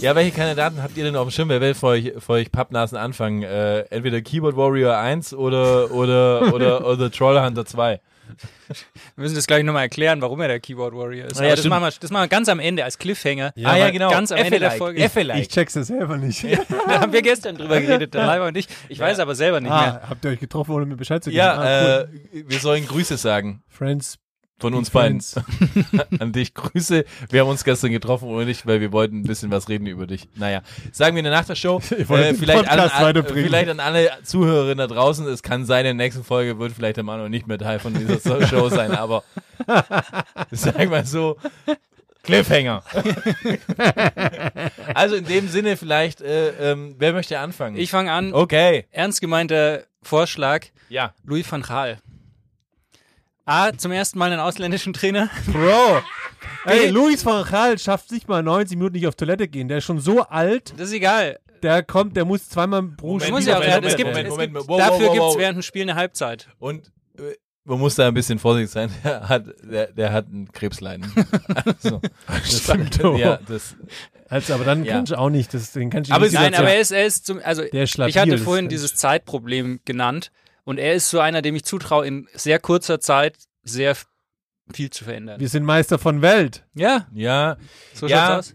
Speaker 7: Ja, welche Kandidaten habt ihr denn auf dem Schirm? Wer will für euch, für euch Pappnasen anfangen? Äh, entweder Keyboard Warrior 1 oder, oder, oder, oder Trollhunter 2.
Speaker 9: Wir müssen das gleich nochmal erklären, warum er der Keyboard Warrior ist.
Speaker 7: Ah, ja,
Speaker 9: Aber das,
Speaker 7: stimmt.
Speaker 9: machen wir, das machen wir ganz am Ende als Cliffhanger.
Speaker 7: ah ja,
Speaker 9: Aber
Speaker 7: genau.
Speaker 9: Ganz am Ende der
Speaker 7: Effelike.
Speaker 9: Folge.
Speaker 7: Effelike.
Speaker 8: Ich check's ja selber nicht.
Speaker 9: Da haben wir gestern drüber geredet, der Leiber und ich. Ich weiß aber selber nicht mehr.
Speaker 7: äh,
Speaker 8: Ah, habt ihr euch getroffen, ohne mir Bescheid zu geben?
Speaker 7: Ja,
Speaker 8: ah, cool.
Speaker 7: äh, wir sollen Grüße sagen.
Speaker 8: Friends
Speaker 7: Von
Speaker 9: Die
Speaker 7: uns beiden.
Speaker 9: Fans.
Speaker 7: An dich Grüße. Wir haben uns gestern getroffen ohne dich, weil wir wollten ein bisschen was reden über dich. Naja, sagen wir nach der Show.
Speaker 12: wollte
Speaker 7: äh,
Speaker 12: den
Speaker 7: vielleicht, an,
Speaker 12: Podcast
Speaker 7: an,
Speaker 12: weiterbringen.
Speaker 7: vielleicht an alle Zuhörerinnen da draußen. Es kann sein, in der nächsten Folge wird vielleicht der Manuel nicht mehr Teil von dieser So- Show sein, aber sag mal so. Cliffhanger. also in dem Sinne vielleicht, äh, ähm, wer möchte anfangen?
Speaker 9: Ich fange an.
Speaker 7: Okay.
Speaker 9: Ernst gemeinter Vorschlag.
Speaker 7: Ja.
Speaker 9: Louis van Gaal. A, zum ersten Mal einen ausländischen Trainer.
Speaker 8: Bro. Ey, Luis van Gaal schafft sich mal 90 Minuten nicht auf Toilette gehen. Der ist schon so alt.
Speaker 9: Das ist egal.
Speaker 8: Der kommt, der muss zweimal pro
Speaker 9: Moment,
Speaker 8: Spiel.
Speaker 9: muss ja auch, es gibt, es gibt, dafür gibt es während dem Spiel eine Halbzeit.
Speaker 7: Und äh, Man muss da ein bisschen vorsichtig sein. Der hat, der, der hat ein Krebsleiden. Also, das-
Speaker 8: Stimmt, oh.
Speaker 7: ja, das,
Speaker 8: Also, aber dann
Speaker 7: Ja.
Speaker 8: kannst du auch nicht. Das, den kannst du
Speaker 9: Aber
Speaker 8: nicht
Speaker 9: nein,
Speaker 8: überzeugen.
Speaker 9: aber er ist, er ist zum, also
Speaker 8: Der ist
Speaker 9: ich
Speaker 8: labil,
Speaker 9: hatte
Speaker 8: das
Speaker 9: vorhin
Speaker 8: kann
Speaker 9: dieses Zeitproblem genannt und er ist so einer, dem ich zutraue, in sehr kurzer Zeit sehr f- viel zu verändern.
Speaker 8: Wir sind Meister von Welt.
Speaker 9: Ja.
Speaker 7: Ja.
Speaker 9: So
Speaker 7: ja.
Speaker 9: schaut's aus.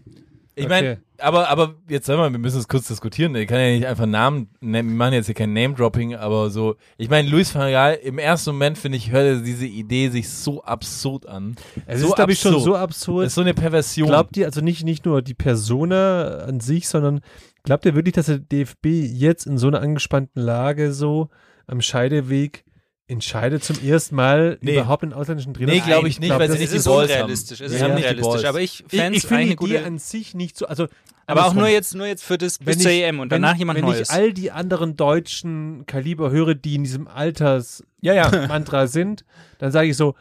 Speaker 7: Ich meine,
Speaker 8: Okay.
Speaker 7: aber, aber jetzt sag mal, wir müssen es kurz diskutieren. Ich kann ja nicht einfach Namen, ne, wir machen jetzt hier kein Name-Dropping, aber so. Ich meine, Luis van Gaal, im ersten Moment, finde ich, hört diese Idee sich so absurd an.
Speaker 8: Es
Speaker 7: so
Speaker 8: ist, glaube ich, schon so absurd.
Speaker 7: Es ist so eine Perversion.
Speaker 8: Glaubt ihr also nicht, nicht nur die Persona an sich, sondern glaubt ihr wirklich, dass der DFB jetzt in so einer angespannten Lage so am Scheideweg entscheidet zum ersten Mal
Speaker 7: Nee.
Speaker 8: überhaupt einen ausländischen Trainer?
Speaker 7: Nee, glaub ich nicht, weil sie
Speaker 8: das
Speaker 7: nicht
Speaker 8: ist
Speaker 7: die Balls haben. Die haben nicht die Balls.
Speaker 8: ich, ich finde die
Speaker 9: an
Speaker 8: sich nicht so. Also,
Speaker 9: aber auch
Speaker 8: andersrum.
Speaker 9: nur jetzt, nur jetzt für das bis
Speaker 8: Wenn
Speaker 9: zur
Speaker 8: ich-
Speaker 9: EM und
Speaker 8: wenn-
Speaker 9: danach jemand
Speaker 8: wenn
Speaker 9: Neues.
Speaker 8: ich all die anderen deutschen Kaliber höre, die in diesem Alters-Mantra
Speaker 7: Ja, ja.
Speaker 8: sind, dann sage ich so,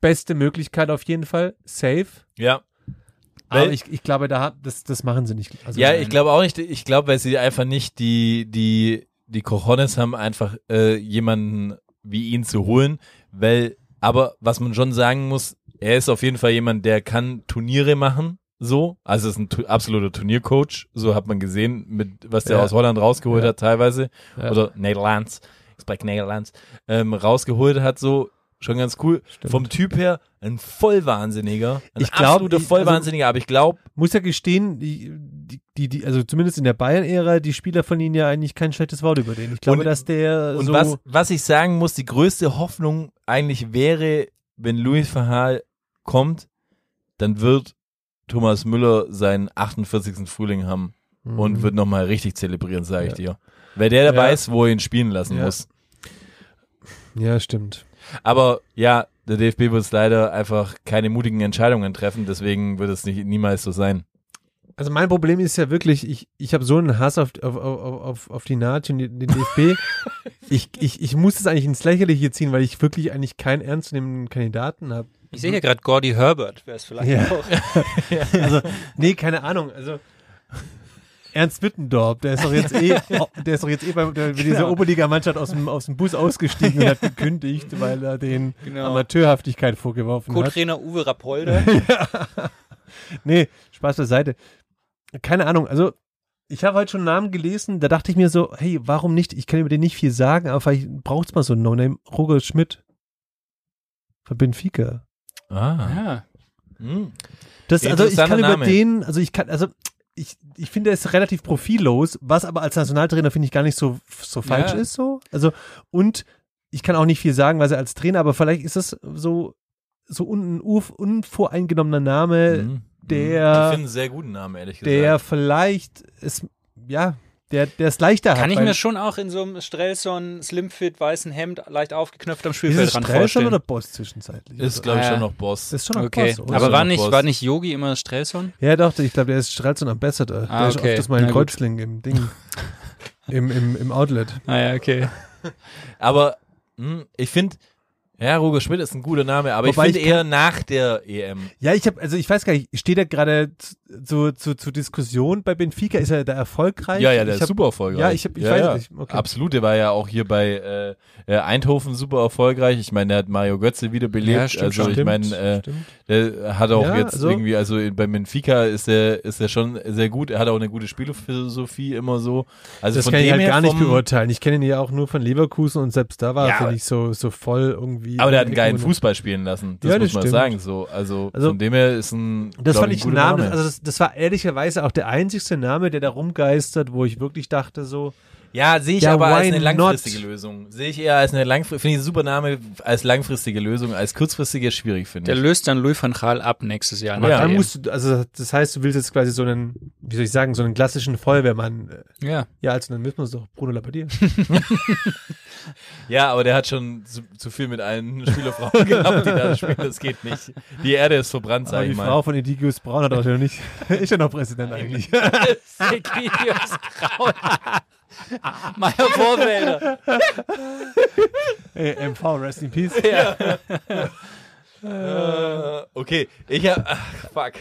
Speaker 8: beste Möglichkeit auf jeden Fall, safe.
Speaker 7: Ja.
Speaker 8: Aber
Speaker 7: Weil-
Speaker 8: ich, ich glaube, da, hat- das, das machen sie nicht. Also
Speaker 7: ja,
Speaker 8: nein.
Speaker 7: ich glaube auch nicht. Ich glaube, weil sie einfach nicht die, die, die Cojones haben, einfach äh, jemanden wie ihn zu holen. Weil, aber was man schon sagen muss, er ist auf jeden Fall jemand, der kann Turniere machen. So, also ist ein tu absoluter Turniercoach. So hat man gesehen, mit was der
Speaker 12: Ja.
Speaker 7: aus Holland rausgeholt
Speaker 12: Ja.
Speaker 7: hat teilweise
Speaker 12: Ja.
Speaker 7: oder Netherlands, ich spreche Netherlands, ähm, rausgeholt hat. So schon ganz cool. Vom Typ her ein Vollwahnsinniger, ein
Speaker 8: Ich glaub,
Speaker 7: absoluter
Speaker 8: ich- also-
Speaker 7: Vollwahnsinniger. aber ich glaube,
Speaker 8: Muss ja gestehen, die, die- die, die, also zumindest in der Bayern-Ära, die Spieler von ihnen ja eigentlich kein schlechtes Wort über den. Ich glaube,
Speaker 7: Und-
Speaker 8: dass der
Speaker 7: Und
Speaker 8: so.
Speaker 7: was, was ich sagen muss, die größte Hoffnung eigentlich wäre, wenn Louis Verhaal kommt, dann wird Thomas Müller seinen 48. Frühling haben und
Speaker 8: Mhm.
Speaker 7: wird nochmal richtig zelebrieren, sage ich dir. Weil der dabei
Speaker 8: Ja.
Speaker 7: ist, wo er ihn spielen lassen
Speaker 8: Ja.
Speaker 7: muss.
Speaker 8: ja, stimmt.
Speaker 7: Aber ja, der DFB wird es leider einfach keine mutigen Entscheidungen treffen, deswegen wird es nicht, niemals so sein.
Speaker 8: Also mein Problem ist ja wirklich, ich, ich habe so einen Hass auf, auf, auf, auf, auf die Nazi und den DFB. ich, ich, ich muss das eigentlich ins Lächerliche ziehen, weil ich wirklich eigentlich keinen ernstzunehmenden Kandidaten habe.
Speaker 9: Ich sehe hier gerade Gordy Herbert, wäre es vielleicht
Speaker 8: Ja.
Speaker 9: auch.
Speaker 8: also, nee, keine Ahnung. Also Ernst Wittendorf, der ist doch jetzt eh, der ist doch jetzt eh bei, bei dieser
Speaker 12: Genau.
Speaker 8: Oberligamannschaft aus dem, aus dem Bus ausgestiegen und hat gekündigt, weil er den
Speaker 9: Genau.
Speaker 8: Amateurhaftigkeit vorgeworfen hat.
Speaker 9: Co-Trainer Uwe Rapolda.
Speaker 8: ja. Nee, Spaß beiseite. Keine Ahnung, also ich habe heute schon einen Namen gelesen, da dachte ich mir so, hey, warum nicht? Ich kann über den nicht viel sagen, aber vielleicht braucht es mal so einen No-Name. Roger Schmidt von Benfica.
Speaker 7: Ah. Mhm.
Speaker 9: Ja.
Speaker 8: Das, also ich
Speaker 7: Interessanter
Speaker 8: kann über
Speaker 7: Name.
Speaker 8: den, also ich kann, also ich, ich finde, er ist relativ profillos, was aber als Nationaltrainer finde ich gar nicht so, so falsch
Speaker 12: Ja.
Speaker 8: ist so. Also und ich kann auch nicht viel sagen, weil er als Trainer, aber vielleicht ist das so so un, ein ur- unvoreingenommener Name, Äh, der
Speaker 7: Mhm. Ich finde einen sehr guten Namen, ehrlich gesagt.
Speaker 8: der vielleicht ist, ja, der der es leichter hat.
Speaker 9: Kann ich
Speaker 8: weil-
Speaker 9: mir schon auch in so einem Strelson, Slimfit, weißen Hemd, leicht aufgeknöpft am
Speaker 8: ist
Speaker 9: Spielfeld
Speaker 8: es
Speaker 9: dran
Speaker 8: Strelson
Speaker 9: vorstellen.
Speaker 8: oder Boss zwischenzeitlich? Also,
Speaker 7: Ist, glaube ich,
Speaker 9: Ja.
Speaker 7: schon noch Boss.
Speaker 8: Ist schon noch
Speaker 9: okay.
Speaker 8: Boss, oder?
Speaker 9: Aber
Speaker 8: Schon
Speaker 9: war
Speaker 8: noch
Speaker 9: nicht,
Speaker 8: Boss.
Speaker 9: war nicht Yogi immer Strelson?
Speaker 8: Ja, doch, ich glaube, der ist Strelson am besten. Der
Speaker 9: Ah,
Speaker 8: ist
Speaker 9: okay.
Speaker 8: öfters mal ein
Speaker 9: Na gut.
Speaker 8: Kreuzling im Ding. Im, im, Im Outlet.
Speaker 9: Ah ja, okay.
Speaker 7: Aber hm, ich finde, ja, Roger Schmidt ist ein guter Name, aber
Speaker 8: Wobei
Speaker 7: ich finde
Speaker 8: ich kann-
Speaker 7: eher nach der E EM.
Speaker 8: Ja, ich habe, also ich weiß gar nicht, steht er gerade zu- zu, zu, zur Diskussion bei Benfica? Ist er da erfolgreich?
Speaker 7: Ja, ja, der
Speaker 8: ich
Speaker 7: ist super erfolgreich.
Speaker 8: Ja, ich, hab, ich weiß nicht. Okay.
Speaker 7: Absolut, der war ja auch hier bei äh, äh, Eindhoven super erfolgreich. Ich meine, der hat Mario Götze wiederbelebt.
Speaker 8: Ja, stimmt,
Speaker 7: also ich
Speaker 8: stimmt,
Speaker 7: meine, äh,
Speaker 8: stimmt.
Speaker 7: der hat auch
Speaker 8: Ja,
Speaker 7: jetzt
Speaker 8: also-
Speaker 7: irgendwie, also in- bei Benfica ist er ist er schon sehr gut. Er hat auch eine gute Spielphilosophie immer so. Also
Speaker 8: das
Speaker 7: von
Speaker 8: kann ich
Speaker 7: dem
Speaker 8: halt
Speaker 7: her
Speaker 8: gar nicht
Speaker 7: vom-
Speaker 8: beurteilen. Ich kenne ihn ja auch nur von Leverkusen und selbst da war
Speaker 7: Ja,
Speaker 8: er,
Speaker 7: aber-
Speaker 8: finde ich, so, so voll irgendwie.
Speaker 7: Aber der hat einen
Speaker 8: Ecken
Speaker 7: geilen
Speaker 8: und-
Speaker 7: Fußball spielen lassen. Das
Speaker 8: Ja,
Speaker 7: muss man
Speaker 8: stimmt.
Speaker 7: sagen. So, also,
Speaker 8: Also,
Speaker 7: von dem her ist ein.
Speaker 8: Das
Speaker 7: glaub
Speaker 8: fand ich
Speaker 7: ein
Speaker 8: ein Also
Speaker 7: guter
Speaker 8: Name, also das, das war ehrlicherweise auch der einzigste Name, der da rumgeistert, wo ich wirklich dachte so,
Speaker 7: Ja, sehe ich
Speaker 8: Ja,
Speaker 7: aber als
Speaker 8: why
Speaker 7: eine langfristige
Speaker 8: not?
Speaker 7: Lösung. Sehe ich eher als eine langfristige, finde ich einen super Name als langfristige Lösung, als kurzfristige schwierig, finde
Speaker 9: Der
Speaker 7: ich.
Speaker 9: löst dann Louis van Gaal ab nächstes Jahr.
Speaker 8: Aber
Speaker 9: nach
Speaker 8: dann
Speaker 9: der E
Speaker 8: musst du, also das heißt, du willst jetzt quasi so einen, wie soll ich sagen, so einen klassischen Feuerwehrmann. äh,
Speaker 9: EM. ja.
Speaker 8: Ja, also dann müssen wir uns doch Bruno Labbadia.
Speaker 7: Ja, aber der hat schon zu, zu viel mit allen Spielerfrauen gehabt, die da spielen. Das geht nicht. Die Erde ist verbrannt,
Speaker 8: Aber
Speaker 7: sag
Speaker 8: die
Speaker 7: ich mal.
Speaker 8: Frau von Edigius Braun hat auch noch nicht, ist ja noch Präsident eigentlich.
Speaker 9: Egidius Braun. Meier Vorwälder.
Speaker 8: Ey, MV, Äh, rest in peace.
Speaker 7: Äh, okay, ich habe fuck.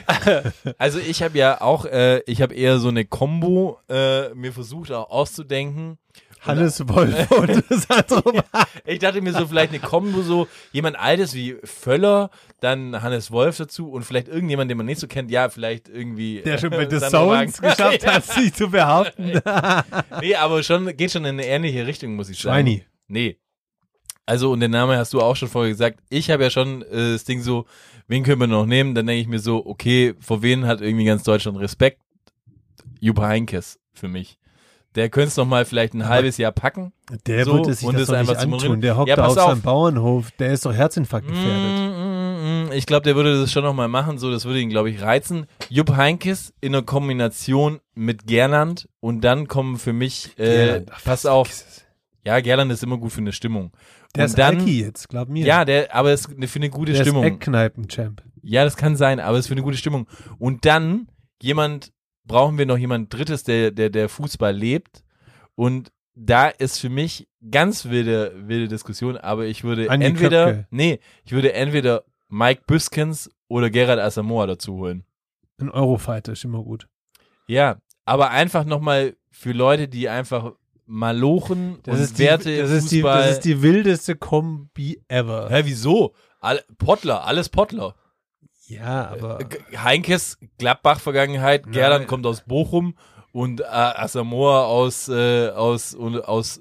Speaker 7: Also ich habe ja auch, äh, ich habe eher so eine Combo äh, mir versucht auch auszudenken.
Speaker 8: Hannes Wolf und Sandro.
Speaker 7: Ich dachte mir so vielleicht eine Combo so jemand Altes wie Völler, dann Hannes Wolf dazu und vielleicht irgendjemand, den man nicht so kennt. Ja, vielleicht irgendwie
Speaker 8: Der schon bei
Speaker 7: äh,
Speaker 8: The
Speaker 7: Sandro
Speaker 8: Sounds
Speaker 7: Wagner.
Speaker 8: geschafft hat, sich zu behaupten.
Speaker 7: Nee, aber schon geht schon in eine ähnliche Richtung, muss ich sagen.
Speaker 8: Schweini.
Speaker 7: Nee. Also, und den Namen hast du auch schon vorher gesagt. Ich habe ja schon äh, das Ding so, wen können wir noch nehmen? Dann denke ich mir so, okay, vor wen hat irgendwie ganz Deutschland Respekt? Jupp Heinkes für mich. Der könnte es nochmal vielleicht ein halbes Jahr packen.
Speaker 8: Der
Speaker 7: So,
Speaker 8: wird es sich
Speaker 7: und
Speaker 8: das
Speaker 7: ist
Speaker 8: doch nicht
Speaker 7: einfach zum
Speaker 8: antun.
Speaker 7: Reden.
Speaker 8: Der hockt
Speaker 7: Ja,
Speaker 8: da
Speaker 7: pass
Speaker 8: auf seinem
Speaker 7: auf.
Speaker 8: Bauernhof. Der ist doch Herzinfarkt gefährdet.
Speaker 7: Mm, mm, mm. Ich glaube, der würde das schon nochmal machen. So, das würde ihn, glaube ich, reizen. Jupp Heinkes in einer Kombination mit Gerland. Und dann kommen für mich, äh,
Speaker 8: Gerland. Ach,
Speaker 7: pass auf. Ja, Gerland ist immer gut für eine Stimmung.
Speaker 8: Der
Speaker 7: und
Speaker 8: ist
Speaker 7: dann,
Speaker 8: Ecki jetzt, glaub mir.
Speaker 7: Ja, der, aber es ist für eine gute
Speaker 8: der
Speaker 7: Stimmung.
Speaker 8: ist Eckkneipen-Champ.
Speaker 7: ja, das kann sein, aber es ist für eine gute Stimmung. Und dann jemand, brauchen wir noch jemand Drittes, der, der, der Fußball lebt. Und da ist für mich ganz wilde, wilde Diskussion, aber ich würde
Speaker 8: Andi
Speaker 7: entweder,
Speaker 8: Köpke.
Speaker 7: nee, ich würde entweder Mike Büskens oder Gerard Asamoah dazu holen.
Speaker 8: Ein Eurofighter ist immer gut.
Speaker 7: Ja, aber einfach nochmal für Leute, die einfach malochen und Werte
Speaker 8: die,
Speaker 7: im
Speaker 8: das, ist die,
Speaker 7: Fußball.
Speaker 8: das ist die wildeste Kombi ever.
Speaker 7: Hä, wieso? Alle, Pottler, alles Pottler.
Speaker 8: Ja, aber
Speaker 7: Äh, G- Heinkes Gladbach-Vergangenheit, Gerland kommt aus Bochum und äh, Asamoah aus, äh, aus, und, aus,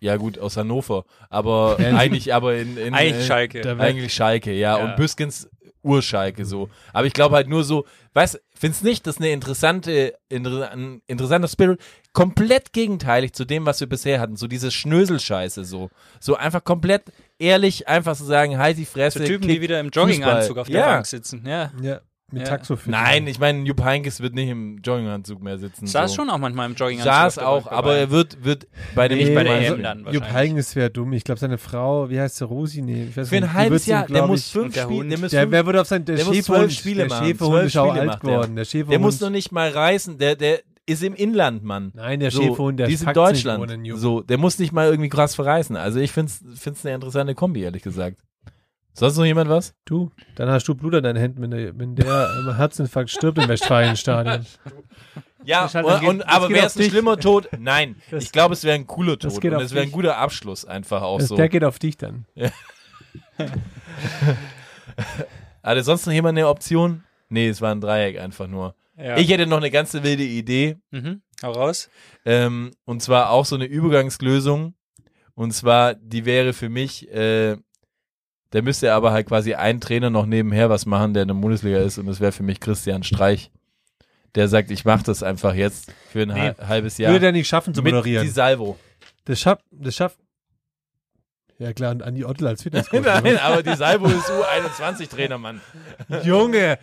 Speaker 7: ja gut, aus Hannover, aber eigentlich aber in, in
Speaker 9: Eigentlich
Speaker 7: äh,
Speaker 9: Schalke.
Speaker 8: da wär,
Speaker 7: eigentlich Schalke, ja,
Speaker 9: Ja.
Speaker 7: und Büskens Urschalke so. Aber ich glaube halt nur so, weißt, findest nicht, das ist eine interessante, inter, ein interessanter Spirit, komplett gegenteilig zu dem, was wir bisher hatten, so diese Schnöselscheiße so, so einfach komplett ehrlich einfach zu sagen, halt die Fresse,
Speaker 9: So Typen,
Speaker 7: kick
Speaker 9: die wieder im Jogginganzug
Speaker 7: Fußball.
Speaker 9: auf der
Speaker 7: Ja.
Speaker 9: Bank sitzen. Ja.
Speaker 8: ja, mit
Speaker 9: Ja.
Speaker 8: Taxo für
Speaker 7: Nein, ich meine, Jupp Heynckes wird nicht im Jogginganzug mehr sitzen.
Speaker 9: Saß
Speaker 7: so.
Speaker 9: schon auch manchmal im Jogginganzug.
Speaker 7: Saß
Speaker 9: auf der
Speaker 7: auch,
Speaker 9: Bank
Speaker 7: aber
Speaker 9: dabei.
Speaker 7: er wird, wird bei dem
Speaker 8: Nee,
Speaker 9: nicht bei der
Speaker 8: also
Speaker 9: EM dann
Speaker 8: Jupp
Speaker 9: wahrscheinlich.
Speaker 8: Heigens wäre dumm. Ich glaube, seine Frau, wie heißt sie, Rosi? Nee, ich weiß
Speaker 7: Für
Speaker 8: nicht,
Speaker 7: ein
Speaker 8: die
Speaker 7: halbes
Speaker 8: wird's ihm,
Speaker 7: Jahr, der
Speaker 8: glaub
Speaker 7: muss
Speaker 8: ich-
Speaker 7: fünf
Speaker 9: der
Speaker 7: Spiele, der
Speaker 9: Hund.
Speaker 7: muss
Speaker 8: Der,
Speaker 7: fünf
Speaker 8: wer wird auf sein, der,
Speaker 7: Der muss zwölf
Speaker 8: Schäferhund,
Speaker 7: Spiele
Speaker 8: der
Speaker 7: machen.
Speaker 8: Schäferhund ist
Speaker 7: Zwölf
Speaker 8: auch
Speaker 7: Spiele
Speaker 8: alt
Speaker 7: macht der.
Speaker 8: geworden. Der Schäferhund.
Speaker 7: Der muss noch nicht mal reisen. Der, der ist im Inland, Mann.
Speaker 8: Nein, der
Speaker 7: so,
Speaker 8: Schäferhund, der
Speaker 7: die sind
Speaker 8: packt's nicht
Speaker 7: Deutschland.
Speaker 8: ohne den Jupp.
Speaker 7: So, der muss nicht mal irgendwie krass verreisen. Also ich find's, find's eine interessante Kombi, ehrlich gesagt. Sonst noch jemand was?
Speaker 8: Du, dann hast du Blut an deinen Händen, wenn der, wenn der am Herzinfarkt stirbt im Westfalenstadion.
Speaker 7: Ja,
Speaker 8: Das halt- das
Speaker 7: und,
Speaker 8: geht-
Speaker 7: und,
Speaker 8: das
Speaker 7: aber
Speaker 8: geht
Speaker 7: wäre
Speaker 8: auf
Speaker 7: es ein
Speaker 8: dich.
Speaker 7: schlimmer Tod? Nein.
Speaker 8: Das-
Speaker 7: ich glaube, es wäre ein cooler
Speaker 8: das
Speaker 7: Tod.
Speaker 8: geht
Speaker 7: Und
Speaker 8: auf
Speaker 7: es wäre ein
Speaker 8: dich.
Speaker 7: guter Abschluss einfach auch
Speaker 8: Das,
Speaker 7: so.
Speaker 8: Der geht auf dich dann.
Speaker 7: Hatte sonst noch jemand eine Option? Nee, es war ein Dreieck einfach nur.
Speaker 9: Ja.
Speaker 7: Ich hätte noch eine ganze wilde Idee.
Speaker 9: Mhm. Hau raus.
Speaker 7: Ähm, und zwar auch so eine Übergangslösung. Und zwar, die wäre für mich, äh, da müsste aber halt quasi ein Trainer noch nebenher was machen, der in der Bundesliga ist. Und das wäre für mich Christian Streich. Der sagt, ich mache das einfach jetzt für ein hal- halbes Jahr.
Speaker 8: Würde er nicht schaffen zu
Speaker 7: mit die
Speaker 8: moderieren.
Speaker 7: Salvo.
Speaker 8: Das schafft, das schafft. Ja klar, und Andi Ottel als Fitnesscoach. ne?
Speaker 7: Nein, aber die Salvo ist U21-Trainer, Mann.
Speaker 8: Junge!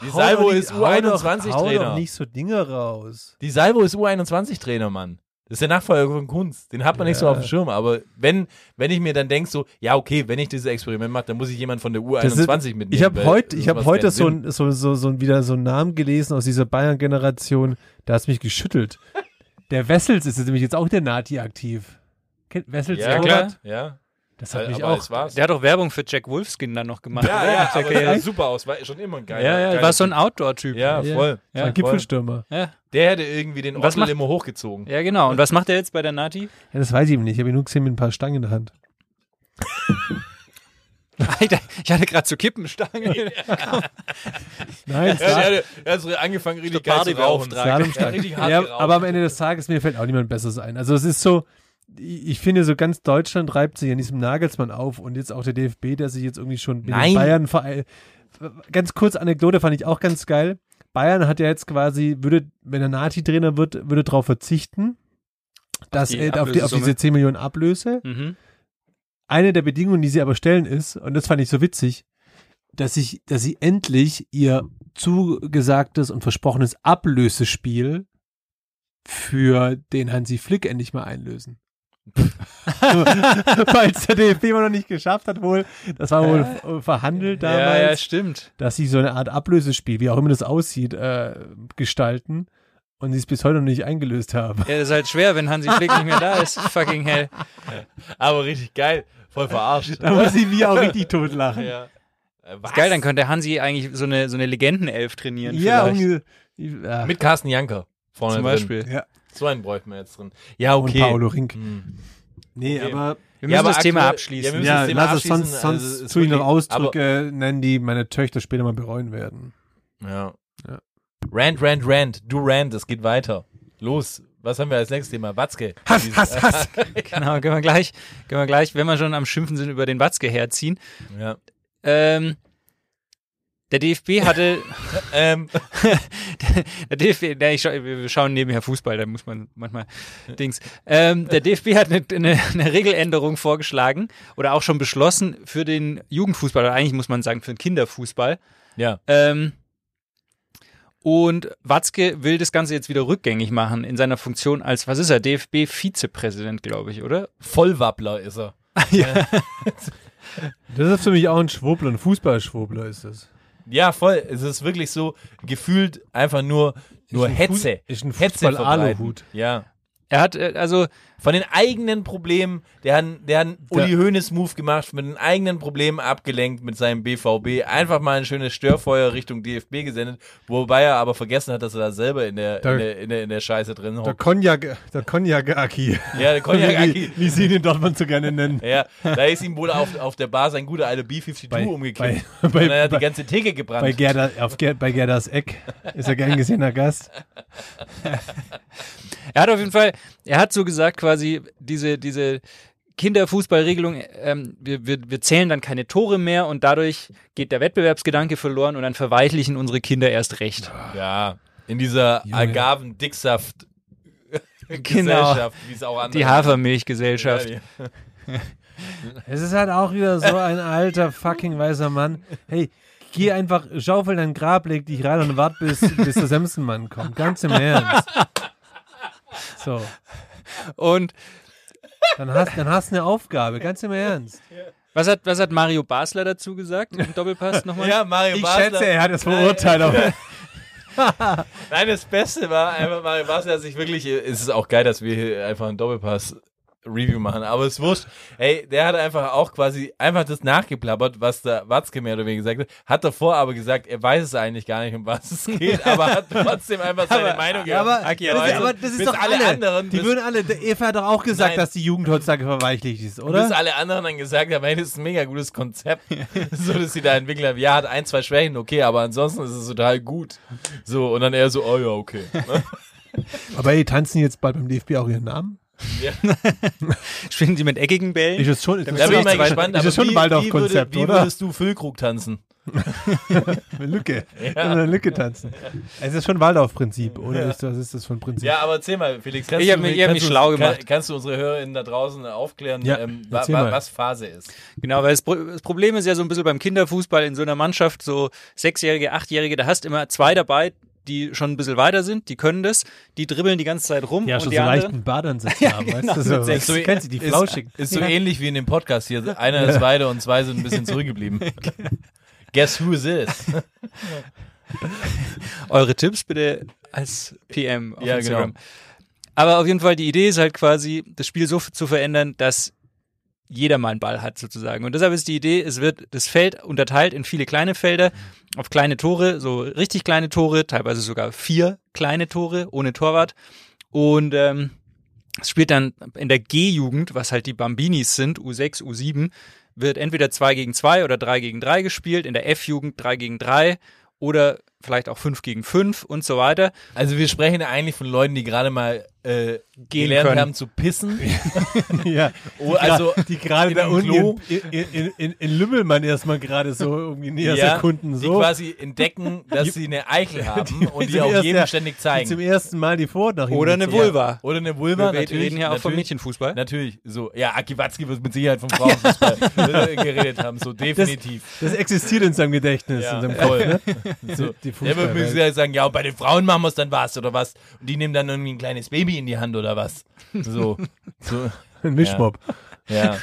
Speaker 7: Die
Speaker 8: hau
Speaker 7: Salvo
Speaker 8: doch nicht-
Speaker 7: ist
Speaker 8: hau doch- Hau
Speaker 7: U21-Trainer.
Speaker 8: doch nicht so Dinge raus.
Speaker 7: Die Salvo ist U21-Trainer, Mann. Das ist der Nachfolger von Kunz. Den hat man nicht so
Speaker 8: Ja.
Speaker 7: auf dem Schirm. Aber wenn, wenn ich mir dann denke, so, ja, okay, wenn ich dieses Experiment mache, dann muss ich jemanden von der U21
Speaker 8: Das ist-
Speaker 7: mitnehmen.
Speaker 8: Ich habe
Speaker 7: weil
Speaker 8: heute, ich
Speaker 7: sonst
Speaker 8: habe
Speaker 7: macht's
Speaker 8: heute
Speaker 7: keinen
Speaker 8: so,
Speaker 7: Sinn.
Speaker 8: ein- so, so, so ein- wieder so einen Namen gelesen aus dieser Bayern-Generation. Da hat's mich geschüttelt. Der Wessels ist jetzt nämlich jetzt auch in der Nati aktiv. Kennt Wessels?
Speaker 7: Ja,
Speaker 9: klar.
Speaker 7: Ja,
Speaker 8: Das hat mich
Speaker 7: aber
Speaker 8: auch.
Speaker 7: das war's.
Speaker 9: Der hat doch Werbung für Jack Wolfskin dann noch gemacht.
Speaker 7: ja,
Speaker 9: oder?
Speaker 7: ja,
Speaker 9: Der
Speaker 7: aber
Speaker 9: Kerl.
Speaker 7: der sah super aus. War schon immer ein geiler.
Speaker 9: ja, ja.
Speaker 7: geiler
Speaker 9: War so
Speaker 7: Typ.
Speaker 9: ein Outdoor-Typ.
Speaker 7: Ja,
Speaker 8: Ja.
Speaker 7: voll.
Speaker 8: Ja,
Speaker 7: voll.
Speaker 8: ein Gipfelstürmer.
Speaker 9: ja.
Speaker 7: Der hätte irgendwie den
Speaker 9: Was
Speaker 7: Ottel
Speaker 9: macht-
Speaker 7: immer hochgezogen.
Speaker 9: Ja, genau. Und was macht er jetzt bei der Nati?
Speaker 8: Ja, das weiß ich eben nicht. Ich habe ihn nur gesehen mit ein paar Stangen in der Hand.
Speaker 9: Alter, ich hatte gerade so Kippenstangen.
Speaker 8: Nein,
Speaker 7: Ja,
Speaker 8: Sla-
Speaker 7: der, der hat so angefangen, richtig
Speaker 9: Der
Speaker 7: geil zu rauchen.
Speaker 9: Partybeauftragte.
Speaker 7: Ja,
Speaker 8: Slalomstangen.
Speaker 7: richtig hart
Speaker 8: Ja,
Speaker 7: geraucht.
Speaker 8: aber am Ende des Tages, mir fällt auch niemand Besseres ein. Also es ist so, ich ich finde, so ganz Deutschland reibt sich an diesem Nagelsmann auf und jetzt auch der DFB, der sich jetzt irgendwie schon mit
Speaker 7: Nein.
Speaker 8: den Bayern vereint. Ganz kurz Anekdote fand ich auch ganz geil. Bayern hat ja jetzt quasi, würde, wenn er Nati-Trainer wird, würde darauf verzichten, das
Speaker 9: die
Speaker 8: Geld auf, die, auf
Speaker 9: Ablösesumme.
Speaker 8: diese 10 Millionen Ablöse.
Speaker 9: Mhm.
Speaker 8: Eine der Bedingungen, die sie aber stellen, ist, und das fand ich so witzig, dass ich, dass sie endlich ihr zugesagtes und versprochenes Ablösespiel für den Hansi Flick endlich mal einlösen. Weil es der DFB immer noch nicht geschafft hat, wohl. Das war wohl äh, verhandelt damals.
Speaker 9: Ja, ja, stimmt.
Speaker 8: dass sie so eine Art Ablösespiel, wie auch immer das aussieht, äh, gestalten und sie es bis heute noch nicht eingelöst haben.
Speaker 9: Ja, das ist halt schwer, wenn Hansi Flick nicht mehr da ist. Fucking hell.
Speaker 7: Aber richtig geil. Voll verarscht.
Speaker 8: Da muss ich mir auch richtig totlachen. Ja,
Speaker 7: ja. Äh, Was?
Speaker 9: Ist geil, dann könnte Hansi eigentlich so eine, so eine Legendenelf trainieren.
Speaker 7: um
Speaker 9: vielleicht.
Speaker 8: irgendwie. Ja.
Speaker 7: Mit Carsten Janker vorne
Speaker 9: zum
Speaker 7: drin.
Speaker 9: Beispiel.
Speaker 8: Ja.
Speaker 7: So einen bräuchten wir jetzt drin. Ja,
Speaker 8: Und
Speaker 7: okay.
Speaker 8: Paolo Rink.
Speaker 7: Hm.
Speaker 8: Nee,
Speaker 7: Okay.
Speaker 8: aber
Speaker 9: Wir müssen
Speaker 7: aber
Speaker 9: das Thema
Speaker 7: aktuell-
Speaker 9: abschließen.
Speaker 7: wir müssen
Speaker 8: ja,
Speaker 7: das Thema
Speaker 8: lass es sonst,
Speaker 7: abschließen.
Speaker 8: sonst
Speaker 7: Also, es ist
Speaker 8: tue ich noch
Speaker 7: wirklich-
Speaker 8: Ausdrücke nennen, die meine Töchter später mal bereuen werden.
Speaker 7: Aber, ja.
Speaker 8: Ja.
Speaker 7: Rand, Rand, Rand. Du Rand, es geht weiter. Los. Was haben wir als nächstes Thema? Watzke.
Speaker 8: Hass, Hass, Hass.
Speaker 9: Genau, können wir gleich, können wir gleich, wenn wir schon am Schimpfen sind, über den Watzke herziehen.
Speaker 7: Ja.
Speaker 9: Ähm, der DFB hatte,
Speaker 7: Ähm,
Speaker 9: der DFB, na, ich scha wir schauen nebenher Fußball, da muss man manchmal Dings. Ähm, der DFB hat eine, eine, eine Regeländerung vorgeschlagen oder auch schon beschlossen für den Jugendfußball, oder eigentlich muss man sagen für den Kinderfußball.
Speaker 7: ja.
Speaker 9: Ähm, und Watzke will das Ganze jetzt wieder rückgängig machen in seiner Funktion als, was ist er, DFB-Vizepräsident, glaube ich, oder?
Speaker 7: Vollwappler ist er.
Speaker 8: Das ist für mich auch ein Schwurbler, ein Fußballschwurbler ist das.
Speaker 7: Ja, voll. Es ist wirklich so gefühlt einfach nur, nur
Speaker 8: ein
Speaker 7: Hetze.
Speaker 8: Fuß- ist ein
Speaker 7: Hetze
Speaker 8: Fußball-Aluhut.
Speaker 7: verbreiten. Ja.
Speaker 9: Er hat, äh, also,
Speaker 7: Von den eigenen Problemen, der hat, der hat einen Uli
Speaker 8: Der-
Speaker 7: Hoeneß Move gemacht, mit den eigenen Problemen abgelenkt mit seinem BVB, einfach mal ein schönes Störfeuer Richtung DFB gesendet, wobei er aber vergessen hat, dass er da selber in der,
Speaker 8: Da-
Speaker 7: in der, in der, in der Scheiße drin
Speaker 8: Der
Speaker 7: hockt.
Speaker 8: Cognac, der Cognac-Aki.
Speaker 7: Ja, der Cognac-Aki.
Speaker 8: Wie, wie sie ihn in Dortmund so gerne nennen.
Speaker 7: Ja, da ist ihm wohl auf, auf der Bar sein guter alter
Speaker 8: Bei-
Speaker 7: B-52 umgekippt.
Speaker 8: bei-
Speaker 7: Und dann hat
Speaker 8: bei-
Speaker 7: die ganze Theke gebrannt.
Speaker 8: Bei, Gerda, auf Ger, bei Gerdas Eck ist er gern gesehener Gast.
Speaker 9: Er hat auf jeden Fall, er hat so gesagt, quasi diese, diese Kinderfußballregelung, ähm, wir, wir, wir zählen dann keine Tore mehr und dadurch geht der Wettbewerbsgedanke verloren und dann verweichlichen unsere Kinder erst recht.
Speaker 7: Ja, in dieser
Speaker 8: Junge.
Speaker 7: Agaven-Dicksaft.
Speaker 9: Genau.
Speaker 7: Gesellschaft, wie es auch andere
Speaker 9: Die Hafermilchgesellschaft.
Speaker 7: Ja,
Speaker 8: Es ist halt auch wieder so ein alter fucking weißer Mann. Hey, geh einfach, schaufel dein Grab, leg dich rein und wart, bis, bis der Samson-Mann kommt. Ganz im Ernst. So,
Speaker 9: Und
Speaker 8: dann hast dann hast du eine Aufgabe, ganz im Ernst.
Speaker 9: was hat, was hat Mario Basler dazu gesagt im Doppelpass nochmal?
Speaker 7: ja Mario Basler.
Speaker 8: hat es verurteilt. aber-
Speaker 7: Nein, das Beste war einfach, Mario Basler hat sich wirklich, es ist auch geil, dass wir hier einfach einen Doppelpass-Review machen, aber es wurscht. Ey, der hat einfach auch quasi einfach das nachgeplappert, was der Watzke mehr oder weniger gesagt hat. Hat davor aber gesagt, er weiß es eigentlich gar nicht, um was es geht, aber hat trotzdem einfach seine Meinung
Speaker 8: Ja, aber,
Speaker 7: Aki
Speaker 8: das,
Speaker 7: hat
Speaker 8: ist,
Speaker 7: also
Speaker 8: aber das ist
Speaker 7: bis
Speaker 8: doch alle.
Speaker 7: anderen,
Speaker 8: die
Speaker 7: bis-
Speaker 8: würden alle, der Eva hat doch auch gesagt,
Speaker 7: Nein.
Speaker 8: dass die Jugend heutzutage verweichlicht ist,
Speaker 7: Bis
Speaker 8: oder?
Speaker 7: alle anderen dann gesagt haben, hey, das ist ein mega gutes Konzept. so, dass sie da entwickelt haben. Ja, hat ein, zwei Schwächen, okay, aber ansonsten ist es total gut. So, und dann er so, oh ja, okay.
Speaker 8: Aber hey, tanzen jetzt bald beim DFB auch ihren Namen?
Speaker 9: Spielen sie mit eckigen Bällen?
Speaker 8: Ist das schon, ist
Speaker 7: da
Speaker 8: das
Speaker 7: bin
Speaker 8: schon,
Speaker 7: ich mal
Speaker 8: ist das
Speaker 7: gespannt. aber
Speaker 8: schon
Speaker 7: wie,
Speaker 8: ein
Speaker 7: wie, würde,
Speaker 8: Waldorf-Konzept,
Speaker 7: wie
Speaker 8: oder?
Speaker 7: würdest du Füllkrug tanzen?
Speaker 8: Mit Lücke. Ja. Mit Lücke tanzen. Es ist schon Waldorf-Prinzip, oder? Ist, was ist das für ein Prinzip?
Speaker 7: Ja, aber erzähl mal, Felix. Kannst
Speaker 9: Ich
Speaker 7: du,
Speaker 9: hab mich- ich hab
Speaker 7: kannst
Speaker 9: mich
Speaker 7: du-
Speaker 9: schlau
Speaker 7: kann-
Speaker 9: gemacht.
Speaker 7: Kannst du unsere HörerInnen da draußen aufklären,
Speaker 8: Ja,
Speaker 7: ähm, wa,
Speaker 8: erzähl
Speaker 7: wa,
Speaker 8: mal.
Speaker 7: was Phase ist?
Speaker 9: Genau, weil das, Pro- das Problem ist ja so ein bisschen beim Kinderfußball in so einer Mannschaft, so Sechsjährige, Achtjährige, da hast immer zwei dabei, die schon ein bisschen weiter sind, die können das, die dribbeln die ganze Zeit rum
Speaker 8: Ja,
Speaker 9: und
Speaker 8: schon
Speaker 9: die
Speaker 8: so
Speaker 9: anderen,
Speaker 8: leicht einen Badeansatz haben, weißt du? So,
Speaker 7: Ist so-
Speaker 8: so, kennst du die flauschigen?
Speaker 7: Ist, ist so ähnlich wie in dem Podcast hier. Einer ist weiter und zwei sind ein bisschen zurückgeblieben. Guess who is this?
Speaker 9: eure Tipps bitte als PM auf
Speaker 7: Ja,
Speaker 9: Instagram.
Speaker 7: genau.
Speaker 9: Aber auf jeden Fall, die Idee ist halt quasi, das Spiel so f- zu verändern, dass jeder mal einen Ball hat sozusagen. Und deshalb ist die Idee, es wird das Feld unterteilt in viele kleine Felder, auf kleine Tore, so richtig kleine Tore, teilweise sogar vier kleine Tore ohne Torwart. Und ähm, es spielt dann in der G-Jugend, was halt die Bambinis sind, U6, U7, wird entweder 2 gegen 2 oder 3 gegen 3 gespielt, in der F-Jugend 3 gegen 3 oder vielleicht auch 5 gegen 5 und so weiter.
Speaker 7: Also wir sprechen eigentlich von Leuten, die gerade mal äh, gelernt
Speaker 9: können.
Speaker 7: haben zu pissen.
Speaker 8: ja.
Speaker 7: Oh, also
Speaker 8: die gerade
Speaker 7: in
Speaker 8: da
Speaker 7: dem
Speaker 8: unten
Speaker 7: Klo.
Speaker 8: in, in, in, in, in Lümmelmann erstmal gerade so irgendwie näher
Speaker 7: Ja,
Speaker 8: erkunden.
Speaker 7: die
Speaker 8: So.
Speaker 7: quasi entdecken, dass sie eine Eichel haben und die
Speaker 8: zum
Speaker 7: auch
Speaker 8: ersten-
Speaker 7: jedem ständig
Speaker 8: Die zum
Speaker 7: zeigen.
Speaker 8: ersten Mal die Vornacht.
Speaker 9: Oder eine Vulva.
Speaker 7: Oder eine Vulva,
Speaker 9: Wir
Speaker 7: natürlich.
Speaker 9: reden hier auch vom
Speaker 7: natürlich,
Speaker 9: Mädchenfußball.
Speaker 7: Natürlich, so. Ja, Aki Watzki wird mit Sicherheit vom Frauenfußball äh, geredet haben, so definitiv.
Speaker 8: Das existiert in seinem Gedächtnis,
Speaker 7: Ja,
Speaker 8: in seinem
Speaker 7: voll.
Speaker 8: Kopf. Ne?
Speaker 7: so.
Speaker 8: Die
Speaker 7: Der wird mit
Speaker 8: Fußballwelt.
Speaker 7: Sicherheit sagen, ja, und bei den Frauen machen wir es dann was oder was. Und die nehmen dann irgendwie ein kleines Baby in die Hand oder was. So. so.
Speaker 8: Ein Mischmob.
Speaker 7: Ja.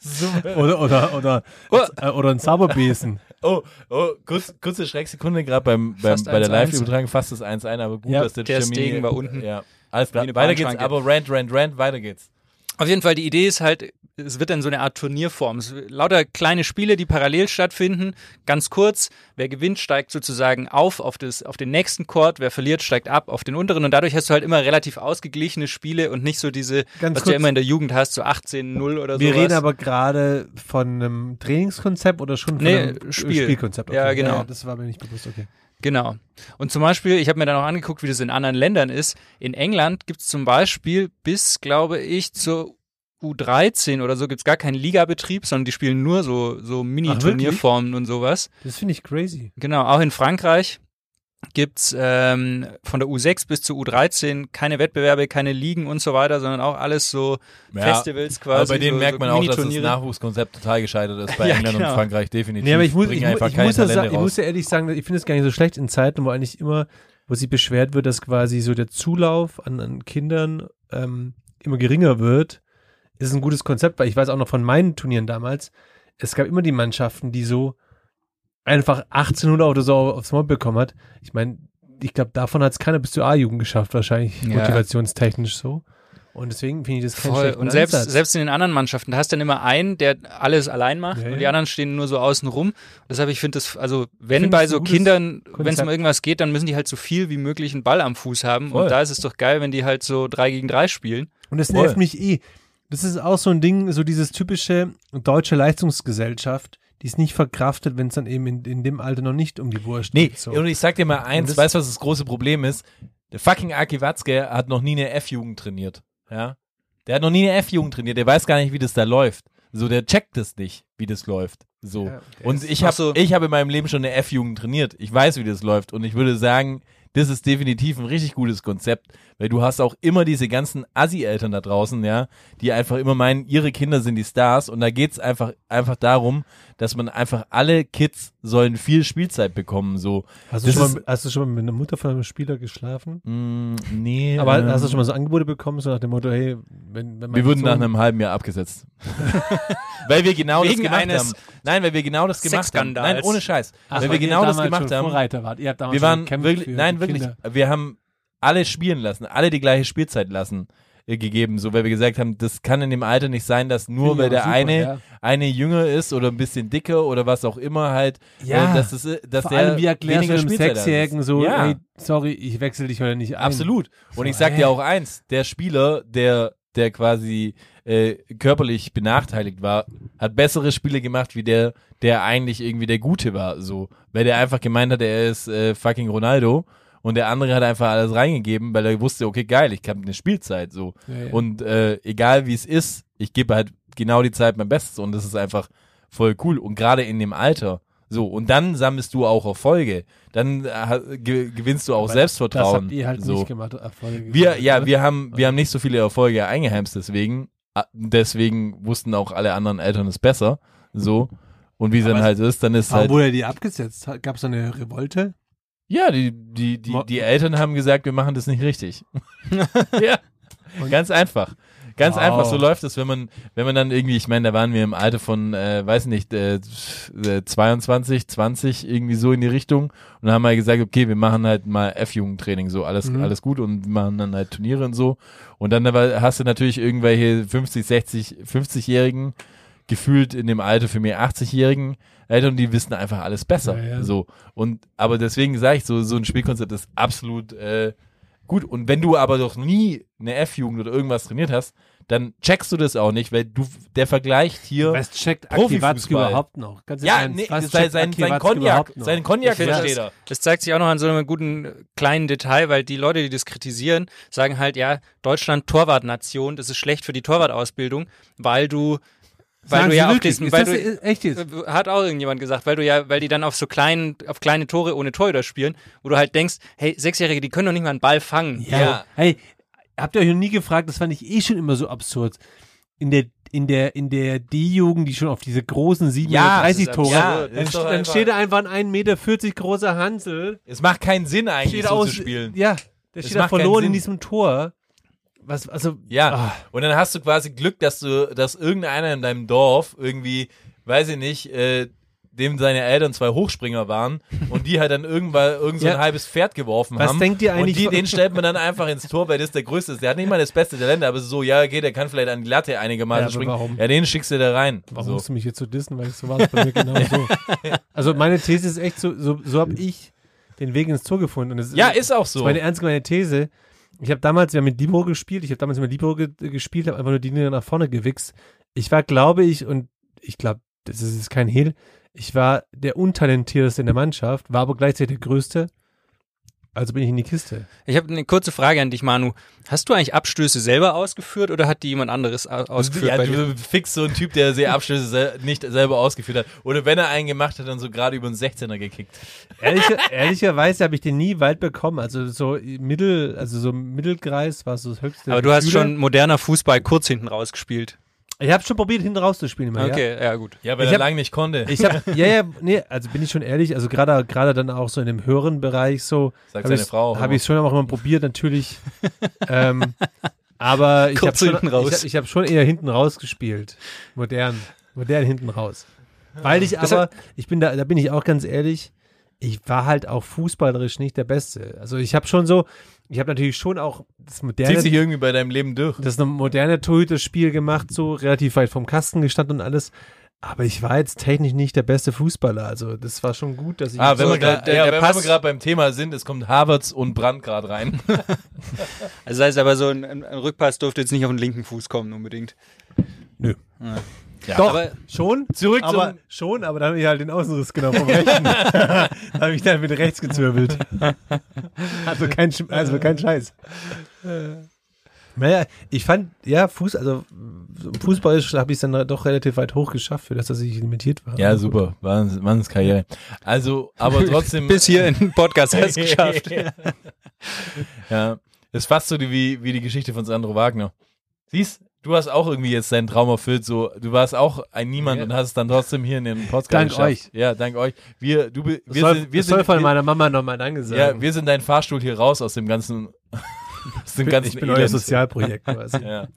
Speaker 7: so.
Speaker 8: Oder, oder, oder,
Speaker 9: Oh.
Speaker 8: äh, oder ein Zauberbesen.
Speaker 7: Oh, oh, kurz, kurze Schrecksekunde gerade beim, beim,
Speaker 9: Fast
Speaker 7: bei der
Speaker 9: 1-1.
Speaker 7: Live-Übertragung, fast das 1 ein, aber gut,
Speaker 8: Ja,
Speaker 7: dass der,
Speaker 9: der
Speaker 7: Jimmy-
Speaker 9: Stegen war unten.
Speaker 7: Ja, alles
Speaker 9: Wie
Speaker 7: klar.
Speaker 9: eine
Speaker 7: Weiter geht's,
Speaker 9: Bahnschranke.
Speaker 7: aber Rant, Rant, Rant, weiter geht's.
Speaker 9: Auf jeden Fall, die Idee ist halt, es wird dann so eine Art Turnierform. Es wird lauter kleine Spiele, die parallel stattfinden. Ganz kurz, wer gewinnt, steigt sozusagen auf auf, das, auf den nächsten Court, wer verliert, steigt ab auf den unteren. Und dadurch hast du halt immer relativ ausgeglichene Spiele und nicht so diese,
Speaker 8: Ganz
Speaker 9: was du ja
Speaker 8: kurz.
Speaker 9: immer in der Jugend hast, so 18-0 oder
Speaker 8: Wir
Speaker 9: sowas.
Speaker 8: reden aber gerade von einem Trainingskonzept oder schon von
Speaker 9: Nee,
Speaker 8: einem
Speaker 9: Spiel.
Speaker 8: Spielkonzept.
Speaker 9: Ja, genau.
Speaker 8: das war mir nicht bewusst, okay.
Speaker 9: Genau. Und zum Beispiel, ich habe mir dann auch angeguckt, wie das in anderen Ländern ist. In England gibt es zum Beispiel bis, glaube ich, zur U13 oder so gibt es gar keinen Ligabetrieb, sondern die spielen nur so, so Mini-Turnierformen und sowas.
Speaker 8: Das finde ich crazy.
Speaker 9: Genau, auch in Frankreich gibt es ähm, von der U6 bis zur U13 keine Wettbewerbe, keine Ligen und so weiter, sondern auch alles so
Speaker 7: Ja,
Speaker 9: Festivals quasi.
Speaker 7: aber bei denen
Speaker 9: so,
Speaker 7: merkt man
Speaker 9: so
Speaker 7: auch, dass das
Speaker 9: Miniturniere.
Speaker 7: Nachwuchskonzept total gescheitert ist bei
Speaker 9: Ja,
Speaker 7: England
Speaker 9: genau.
Speaker 7: und Frankreich, definitiv.
Speaker 8: Nee, aber ich muss,
Speaker 7: Bringen
Speaker 8: ich, mu-
Speaker 7: einfach
Speaker 8: ich,
Speaker 7: keine
Speaker 8: muss ja sa-
Speaker 7: Talente
Speaker 8: ich muss
Speaker 7: raus.
Speaker 8: ja ehrlich sagen, ich finde es gar nicht so schlecht in Zeiten, wo eigentlich immer, wo sich beschwert wird, dass quasi so der Zulauf an, an Kindern ähm, immer geringer wird, ist ein gutes Konzept, weil ich weiß auch noch von meinen Turnieren damals, es gab immer die Mannschaften, die so einfach 1800 oder so aufs Mob bekommen hat. Ich meine, ich glaube, davon hat es keiner bis zur A-Jugend geschafft, wahrscheinlich
Speaker 9: Ja.
Speaker 8: motivationstechnisch so. Und deswegen finde ich das kein
Speaker 9: Voll.
Speaker 8: schlechten
Speaker 9: Und selbst,
Speaker 8: Ansatz.
Speaker 9: selbst in den anderen Mannschaften, da hast du dann immer einen, der alles allein macht
Speaker 8: Ja,
Speaker 9: und
Speaker 8: ja.
Speaker 9: die anderen stehen nur so außen rum. Deshalb, ich finde das, also wenn
Speaker 8: Find
Speaker 9: bei
Speaker 8: ich ein
Speaker 9: so
Speaker 8: gutes
Speaker 9: Kindern, wenn es
Speaker 8: Konzept.
Speaker 9: um irgendwas geht, dann müssen die halt so viel wie möglich einen Ball am Fuß haben.
Speaker 7: Voll.
Speaker 9: Und da ist es doch geil, wenn die halt so drei gegen drei spielen.
Speaker 8: Und das
Speaker 7: Voll.
Speaker 8: nervt mich eh. Das ist auch so ein Ding, so dieses typische deutsche Leistungsgesellschaft, die es nicht verkraftet, wenn es dann eben in, in dem Alter noch nicht um die Wurst
Speaker 7: Nee,
Speaker 8: geht. So.
Speaker 7: und ich sag dir mal
Speaker 8: Und
Speaker 7: eins,
Speaker 8: das-
Speaker 7: weißt du, was das große Problem ist? Der fucking Aki Watzke hat noch nie eine F-Jugend trainiert. Ja? Der hat noch nie eine F-Jugend trainiert, der weiß gar nicht, wie das da läuft. So, der checkt es nicht, wie das läuft. So.
Speaker 8: Ja, der
Speaker 7: und ich habe
Speaker 9: so.
Speaker 7: ich hab in meinem Leben schon eine F-Jugend trainiert. Ich weiß, wie das läuft. Und ich würde sagen, das ist definitiv ein richtig gutes Konzept, weil du hast auch immer diese ganzen Assi-Eltern da draußen, ja, die einfach immer meinen, ihre Kinder sind die Stars. Und da geht's einfach, einfach darum, dass man einfach alle Kids sollen viel Spielzeit bekommen. So.
Speaker 8: hast, du
Speaker 7: das
Speaker 8: schon
Speaker 7: ist-
Speaker 8: mal, hast du schon mal mit einer Mutter von einem Spieler geschlafen?
Speaker 7: Mm, nee.
Speaker 8: Aber
Speaker 7: ähm,
Speaker 8: hast du schon mal so Angebote bekommen, so nach dem Motto, hey, wenn, wenn mein
Speaker 7: wir wurden nach
Speaker 8: Sohn-
Speaker 7: einem halben Jahr abgesetzt. weil wir genau
Speaker 9: Wegen
Speaker 7: das gemacht
Speaker 9: eines
Speaker 7: haben. Nein, weil wir genau das gemacht haben.
Speaker 9: Sexskandals.
Speaker 7: Nein, ohne Scheiß.
Speaker 2: Ach,
Speaker 7: weil wir genau das gemacht haben.
Speaker 2: Vorreiter wart. Ihr habt damals
Speaker 7: Wir
Speaker 2: schon
Speaker 7: waren
Speaker 2: gekämpft
Speaker 7: wirklich,
Speaker 2: für
Speaker 7: nein,
Speaker 2: die
Speaker 7: wirklich,
Speaker 2: Kinder.
Speaker 7: wir haben alle spielen lassen, alle die gleiche Spielzeit lassen äh, gegeben, so weil wir gesagt haben, das kann in dem Alter nicht sein, dass nur
Speaker 2: Finde
Speaker 7: weil
Speaker 2: ich
Speaker 7: der
Speaker 2: auch super,
Speaker 7: eine
Speaker 2: ja.
Speaker 7: eine jünger ist oder ein bisschen dicker oder was auch immer halt,
Speaker 2: Ja.
Speaker 7: äh, dass es, äh, dass
Speaker 8: Vor
Speaker 7: der
Speaker 8: allem, wie erklärst du
Speaker 7: weniger
Speaker 8: einem
Speaker 7: Spielzeit hat.
Speaker 8: Sechsjährigen so,
Speaker 7: ja.
Speaker 8: hey, sorry, ich wechsle dich heute nicht ein.
Speaker 7: Absolut. Und ich
Speaker 8: So,
Speaker 7: sag
Speaker 8: hä?
Speaker 7: dir auch eins, der Spieler, der, der quasi äh, körperlich benachteiligt war, hat bessere Spiele gemacht, wie der, der eigentlich irgendwie der Gute war. So. Weil der einfach gemeint hat, er ist äh, fucking Ronaldo. Und der andere hat einfach alles reingegeben, weil er wusste, okay, geil, ich habe eine Spielzeit so.
Speaker 2: ja.
Speaker 7: Und äh, egal wie es ist, ich gebe halt genau die Zeit mein Bestes und das ist einfach voll cool. Und gerade in dem Alter. So, und dann sammelst du auch Erfolge. Dann äh, ha- ge gewinnst du auch
Speaker 8: Weil
Speaker 7: Selbstvertrauen.
Speaker 8: Das habt ihr halt
Speaker 7: so.
Speaker 8: nicht gemacht, Erfolge.
Speaker 7: Wir,
Speaker 8: gemacht,
Speaker 7: ja,
Speaker 8: ne?
Speaker 7: wir haben, wir haben nicht so viele Erfolge eingeheimst, deswegen. Ah, Deswegen wussten auch alle anderen Eltern es besser. So. Und wie es dann halt so ist, dann ist
Speaker 8: Aber
Speaker 7: halt.
Speaker 8: wurde die abgesetzt? Gab es eine Revolte?
Speaker 7: Ja, die, die, die,
Speaker 8: Mo-
Speaker 7: die Eltern haben gesagt, wir machen das nicht richtig. ja. Ganz einfach. Ganz
Speaker 8: Wow.
Speaker 7: einfach, so läuft es, wenn man, wenn man dann irgendwie, ich meine, da waren wir im Alter von, äh, weiß nicht, äh, f- äh, 22, 20, irgendwie so in die Richtung und haben halt gesagt, okay, wir machen halt mal F-Jugendtraining, so alles,
Speaker 8: Mhm.
Speaker 7: alles gut und wir machen dann halt Turniere und so. Und dann aber hast du natürlich irgendwelche 50, 60, 50-Jährigen, gefühlt in dem Alter für mich 80-jährigen Eltern, die wissen einfach alles besser.
Speaker 8: Ja, ja.
Speaker 7: So und aber deswegen sage ich so so ein Spielkonzept ist absolut äh, gut. Und wenn du aber doch nie eine F-Jugend oder irgendwas trainiert hast, dann checkst du das auch nicht, weil du der vergleicht hier.
Speaker 8: Was checkt Aki Watzke
Speaker 7: Profifußball.
Speaker 8: überhaupt noch? Ganz im
Speaker 7: Ja,
Speaker 8: Ernst,
Speaker 7: nee,
Speaker 8: was
Speaker 7: sein,
Speaker 8: checkt
Speaker 7: sein,
Speaker 8: Aki
Speaker 7: sein
Speaker 8: Watzke
Speaker 7: Cognac,
Speaker 8: überhaupt noch?
Speaker 7: sein Cognac
Speaker 9: Ich finde,
Speaker 7: versteht
Speaker 9: das,
Speaker 7: er.
Speaker 9: das zeigt sich auch noch an so einem guten äh, kleinen Detail, weil die Leute, die das kritisieren, sagen halt, ja, Deutschland Torwartnation, das ist schlecht für die Torwartausbildung, weil du, weil
Speaker 8: Sagen
Speaker 9: du
Speaker 8: Sie
Speaker 9: ja auf
Speaker 8: wirklich?
Speaker 9: diesen,
Speaker 8: Ist
Speaker 9: weil
Speaker 8: das
Speaker 9: du,
Speaker 8: echt jetzt?
Speaker 9: äh, hat auch irgendjemand gesagt, weil du ja, weil die dann auf so kleinen, auf kleine Tore ohne Torhüter spielen, wo du halt denkst, hey, Sechsjährige, die können doch nicht mal einen Ball fangen.
Speaker 8: Ja. Hey, habt ihr euch noch nie gefragt, das fand ich eh schon immer so absurd. In der in der in der D-Jugend, die schon auf diese großen
Speaker 7: das
Speaker 8: 730
Speaker 7: ist
Speaker 8: Tore,
Speaker 7: absurd. Ja,
Speaker 8: dann,
Speaker 7: ist doch
Speaker 8: dann
Speaker 7: einfach-
Speaker 8: steht da einfach ein 1,40 Meter großer Hansel,
Speaker 7: Es macht keinen Sinn eigentlich
Speaker 8: steht
Speaker 7: so
Speaker 8: aus,
Speaker 7: zu spielen.
Speaker 8: ja, der
Speaker 7: Das
Speaker 8: steht da
Speaker 7: macht keinen
Speaker 8: verloren in
Speaker 7: Sinn.
Speaker 8: diesem Tor. Was also
Speaker 7: Ja,
Speaker 8: ah.
Speaker 7: und dann hast du quasi Glück, dass du, dass irgendeiner in deinem Dorf irgendwie, weiß ich nicht, äh, dem seine Eltern zwei Hochspringer waren und die halt dann irgendwann irgend so ein
Speaker 8: Ja.
Speaker 7: halbes Pferd geworfen
Speaker 8: Was
Speaker 7: haben.
Speaker 8: denkt ihr eigentlich
Speaker 7: Und die,
Speaker 8: von-
Speaker 7: den stellt man dann einfach ins Tor, weil das der Größte ist. Der hat nicht mal das beste Talent, aber es ist so, ja, okay, der kann vielleicht an die Latte einigermaßen
Speaker 8: Ja, aber
Speaker 7: springen.
Speaker 8: warum?
Speaker 7: Ja, den schickst du da rein.
Speaker 8: Warum
Speaker 7: So.
Speaker 8: musst du mich jetzt so dissen? Weil so war es bei mir genau so. Also meine These ist echt so, so, so habe ich den Weg ins Tor gefunden. Und es
Speaker 7: Ja, ist auch so.
Speaker 8: Das ist meine ernst gemeinte These. Ich habe damals, wir haben mit Libro gespielt, ich habe damals mit Libro ge gespielt, habe einfach nur die Linie nach vorne gewichst. Ich war, glaube ich, und ich glaube, das ist jetzt kein Hehl, ich war der untalentierteste in der Mannschaft, war aber gleichzeitig der Größte. Also bin ich in die Kiste.
Speaker 9: Ich habe eine kurze Frage an dich, Manu. Hast du eigentlich Abstöße selber ausgeführt oder hat die jemand anderes au- ausgeführt?
Speaker 7: Ja,
Speaker 9: bei dir?
Speaker 7: du bist fix so ein Typ, der sehr Abschlüsse sel nicht selber ausgeführt hat. Oder wenn er einen gemacht hat, dann so gerade über den 16er gekickt.
Speaker 8: Ehrlicher, ehrlicherweise habe ich den nie weit bekommen. Also so Mittel, also so Mittelkreis war so das höchste.
Speaker 9: Aber du hast
Speaker 8: Gefühle.
Speaker 9: schon moderner Fußball kurz hinten rausgespielt.
Speaker 8: Ich habe schon probiert, hinten rauszuspielen. Immer, ja.
Speaker 9: Okay, ja gut.
Speaker 7: Ja, weil
Speaker 8: Ich
Speaker 7: er
Speaker 8: hab-
Speaker 7: lange nicht konnte.
Speaker 8: Ich hab, ja, ja, nee, also bin ich schon ehrlich, also gerade gerade dann auch so in dem höheren Bereich so.
Speaker 7: Sagt
Speaker 8: hab
Speaker 7: seine
Speaker 8: ich's-
Speaker 7: Frau auch
Speaker 8: Habe
Speaker 7: immer.
Speaker 8: ich schon auch immer probiert, natürlich. ähm, aber ich habe
Speaker 9: Kurz
Speaker 8: schon,
Speaker 9: hinten raus.
Speaker 8: ich hab, ich hab schon eher hinten raus gespielt. Modern. Modern hinten raus. Weil ich
Speaker 9: Das
Speaker 8: aber, ich bin da, da bin ich auch ganz ehrlich, ich war halt auch fußballerisch nicht der Beste. Also ich habe schon so, ich habe natürlich schon auch das
Speaker 7: Zieht
Speaker 8: moderne
Speaker 7: sich irgendwie bei deinem Leben durch.
Speaker 8: das ist ein moderne Torhüter-Spiel gemacht, so relativ weit vom Kasten gestanden und alles. Aber ich war jetzt technisch nicht der beste Fußballer. Also das war schon gut, dass ich.
Speaker 7: Ah, wenn
Speaker 9: So,
Speaker 7: wir
Speaker 9: der-
Speaker 7: gerade
Speaker 9: der-
Speaker 7: ja,
Speaker 9: der
Speaker 7: wenn
Speaker 9: Pass-
Speaker 7: wir gerade beim Thema sind, es kommt Havertz und Brandt gerade rein.
Speaker 9: Also das heißt aber so ein, ein ein Rückpass durfte jetzt nicht auf den linken Fuß kommen unbedingt.
Speaker 8: Doch,
Speaker 9: aber-
Speaker 8: schon. Zurück aber,
Speaker 7: zum-
Speaker 8: Schon, aber dann habe ich halt den Außenriss genommen vom Rechten. da habe ich dann mit rechts gezwirbelt. also, kein, Sch- also kein Scheiß. Naja, ich fand, ja, Fuß, also so fußballisch habe ich es dann doch relativ weit hoch geschafft, für das, dass ich limitiert war.
Speaker 7: Ja, super. Wahnsinns Karriere. Also, aber trotzdem.
Speaker 9: Bis hier in den Podcast erst geschafft.
Speaker 7: ja. Ist fast so die, wie, wie die Geschichte von Sandro Wagner. Siehst, du hast auch irgendwie jetzt deinen Traum erfüllt, so, du warst auch ein Niemand
Speaker 8: Ja.
Speaker 7: und hast es dann trotzdem hier in den Podcast
Speaker 8: Dank
Speaker 7: geschafft.
Speaker 8: euch.
Speaker 7: Ja, dank euch. Wir, du, be-
Speaker 8: wir
Speaker 7: wir
Speaker 8: soll,
Speaker 7: sind,
Speaker 8: wir
Speaker 7: wir
Speaker 8: das soll
Speaker 7: sind,
Speaker 8: von
Speaker 7: wir,
Speaker 8: meiner Mama nochmal Danke sagen.
Speaker 7: ja, wir sind dein Fahrstuhl hier raus aus dem ganzen, aus dem ganzen
Speaker 8: ich bin
Speaker 7: Elend.
Speaker 8: euer Sozialprojekt quasi.
Speaker 7: Ja.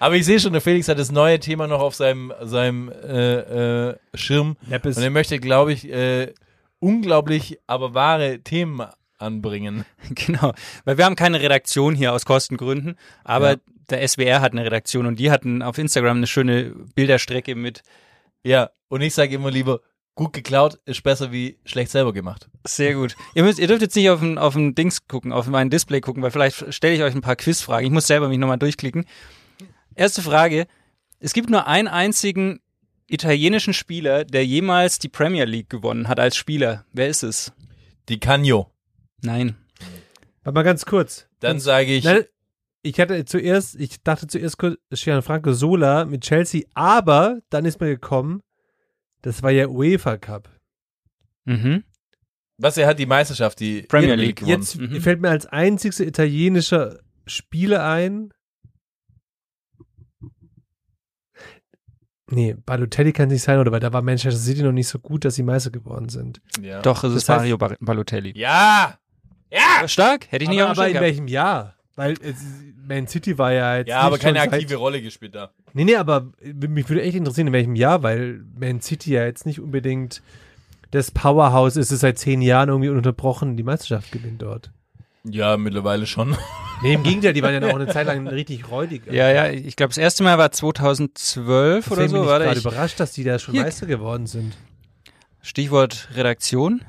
Speaker 7: Aber ich sehe schon, der Felix hat das neue Thema noch auf seinem, seinem äh, äh, Schirm.
Speaker 8: Neppes.
Speaker 7: Und er möchte, glaube ich, äh, unglaublich, aber wahre Themen anbringen.
Speaker 9: Genau, weil wir haben keine Redaktion hier aus Kostengründen, aber
Speaker 7: Ja.
Speaker 9: der SWR hat eine Redaktion und die hatten auf Instagram eine schöne Bilderstrecke mit
Speaker 7: Ja, und ich sage immer lieber, gut geklaut ist besser wie schlecht selber gemacht.
Speaker 9: sehr gut. Ihr, müsst, ihr dürft jetzt nicht auf ein, auf ein Dings gucken, auf mein Display gucken, weil vielleicht stelle ich euch ein paar Quizfragen. Ich muss selber mich nochmal durchklicken. Erste Frage. Es gibt nur einen einzigen italienischen Spieler, der jemals die Premier League gewonnen hat als Spieler. Wer ist es?
Speaker 7: Die Canio.
Speaker 9: Nein.
Speaker 8: Warte mal ganz kurz.
Speaker 7: Dann sage ich,
Speaker 8: Nein, ich hatte zuerst, ich dachte zuerst kurz Gianfranco Sola mit Chelsea, aber dann ist mir gekommen, das war ja UEFA Cup.
Speaker 9: Mhm.
Speaker 7: was er hat die Meisterschaft, die
Speaker 9: Premier
Speaker 7: Premier
Speaker 9: League
Speaker 7: League gewonnen.
Speaker 8: Jetzt
Speaker 9: Mhm.
Speaker 8: fällt mir als einzigster italienischer Spieler ein. Nee, Balotelli kann es nicht sein, oder weil da war Manchester City noch nicht so gut, dass sie Meister geworden sind.
Speaker 7: Ja.
Speaker 9: Doch,
Speaker 8: Das
Speaker 9: es ist
Speaker 8: heißt-
Speaker 9: Mario Bar- Balotelli.
Speaker 7: Ja! Ja!
Speaker 9: Stark, hätte ich nicht
Speaker 8: aber
Speaker 9: auf dem
Speaker 8: aber
Speaker 9: Schirm
Speaker 8: in
Speaker 9: gehabt.
Speaker 8: welchem Jahr? Weil es, Man City war ja jetzt.
Speaker 7: Ja, aber
Speaker 8: nicht schon
Speaker 7: keine
Speaker 8: seit-
Speaker 7: aktive Rolle gespielt da.
Speaker 8: Nee, nee, aber äh, mich würde echt interessieren, in welchem Jahr, weil Man City ja jetzt nicht unbedingt das Powerhouse ist, es seit zehn Jahren irgendwie ununterbrochen die Meisterschaft gewinnt dort.
Speaker 7: Ja, mittlerweile schon.
Speaker 8: Nee, im Gegenteil, die waren ja auch eine Zeit lang richtig räudig.
Speaker 9: Ja, ja, ich glaube, das erste Mal war 2012
Speaker 8: Deswegen
Speaker 9: oder so.
Speaker 8: bin ich
Speaker 9: Warte,
Speaker 8: gerade
Speaker 9: ich,
Speaker 8: überrascht, dass die da schon
Speaker 9: Hier-
Speaker 8: Meister geworden sind.
Speaker 9: Stichwort Redaktion.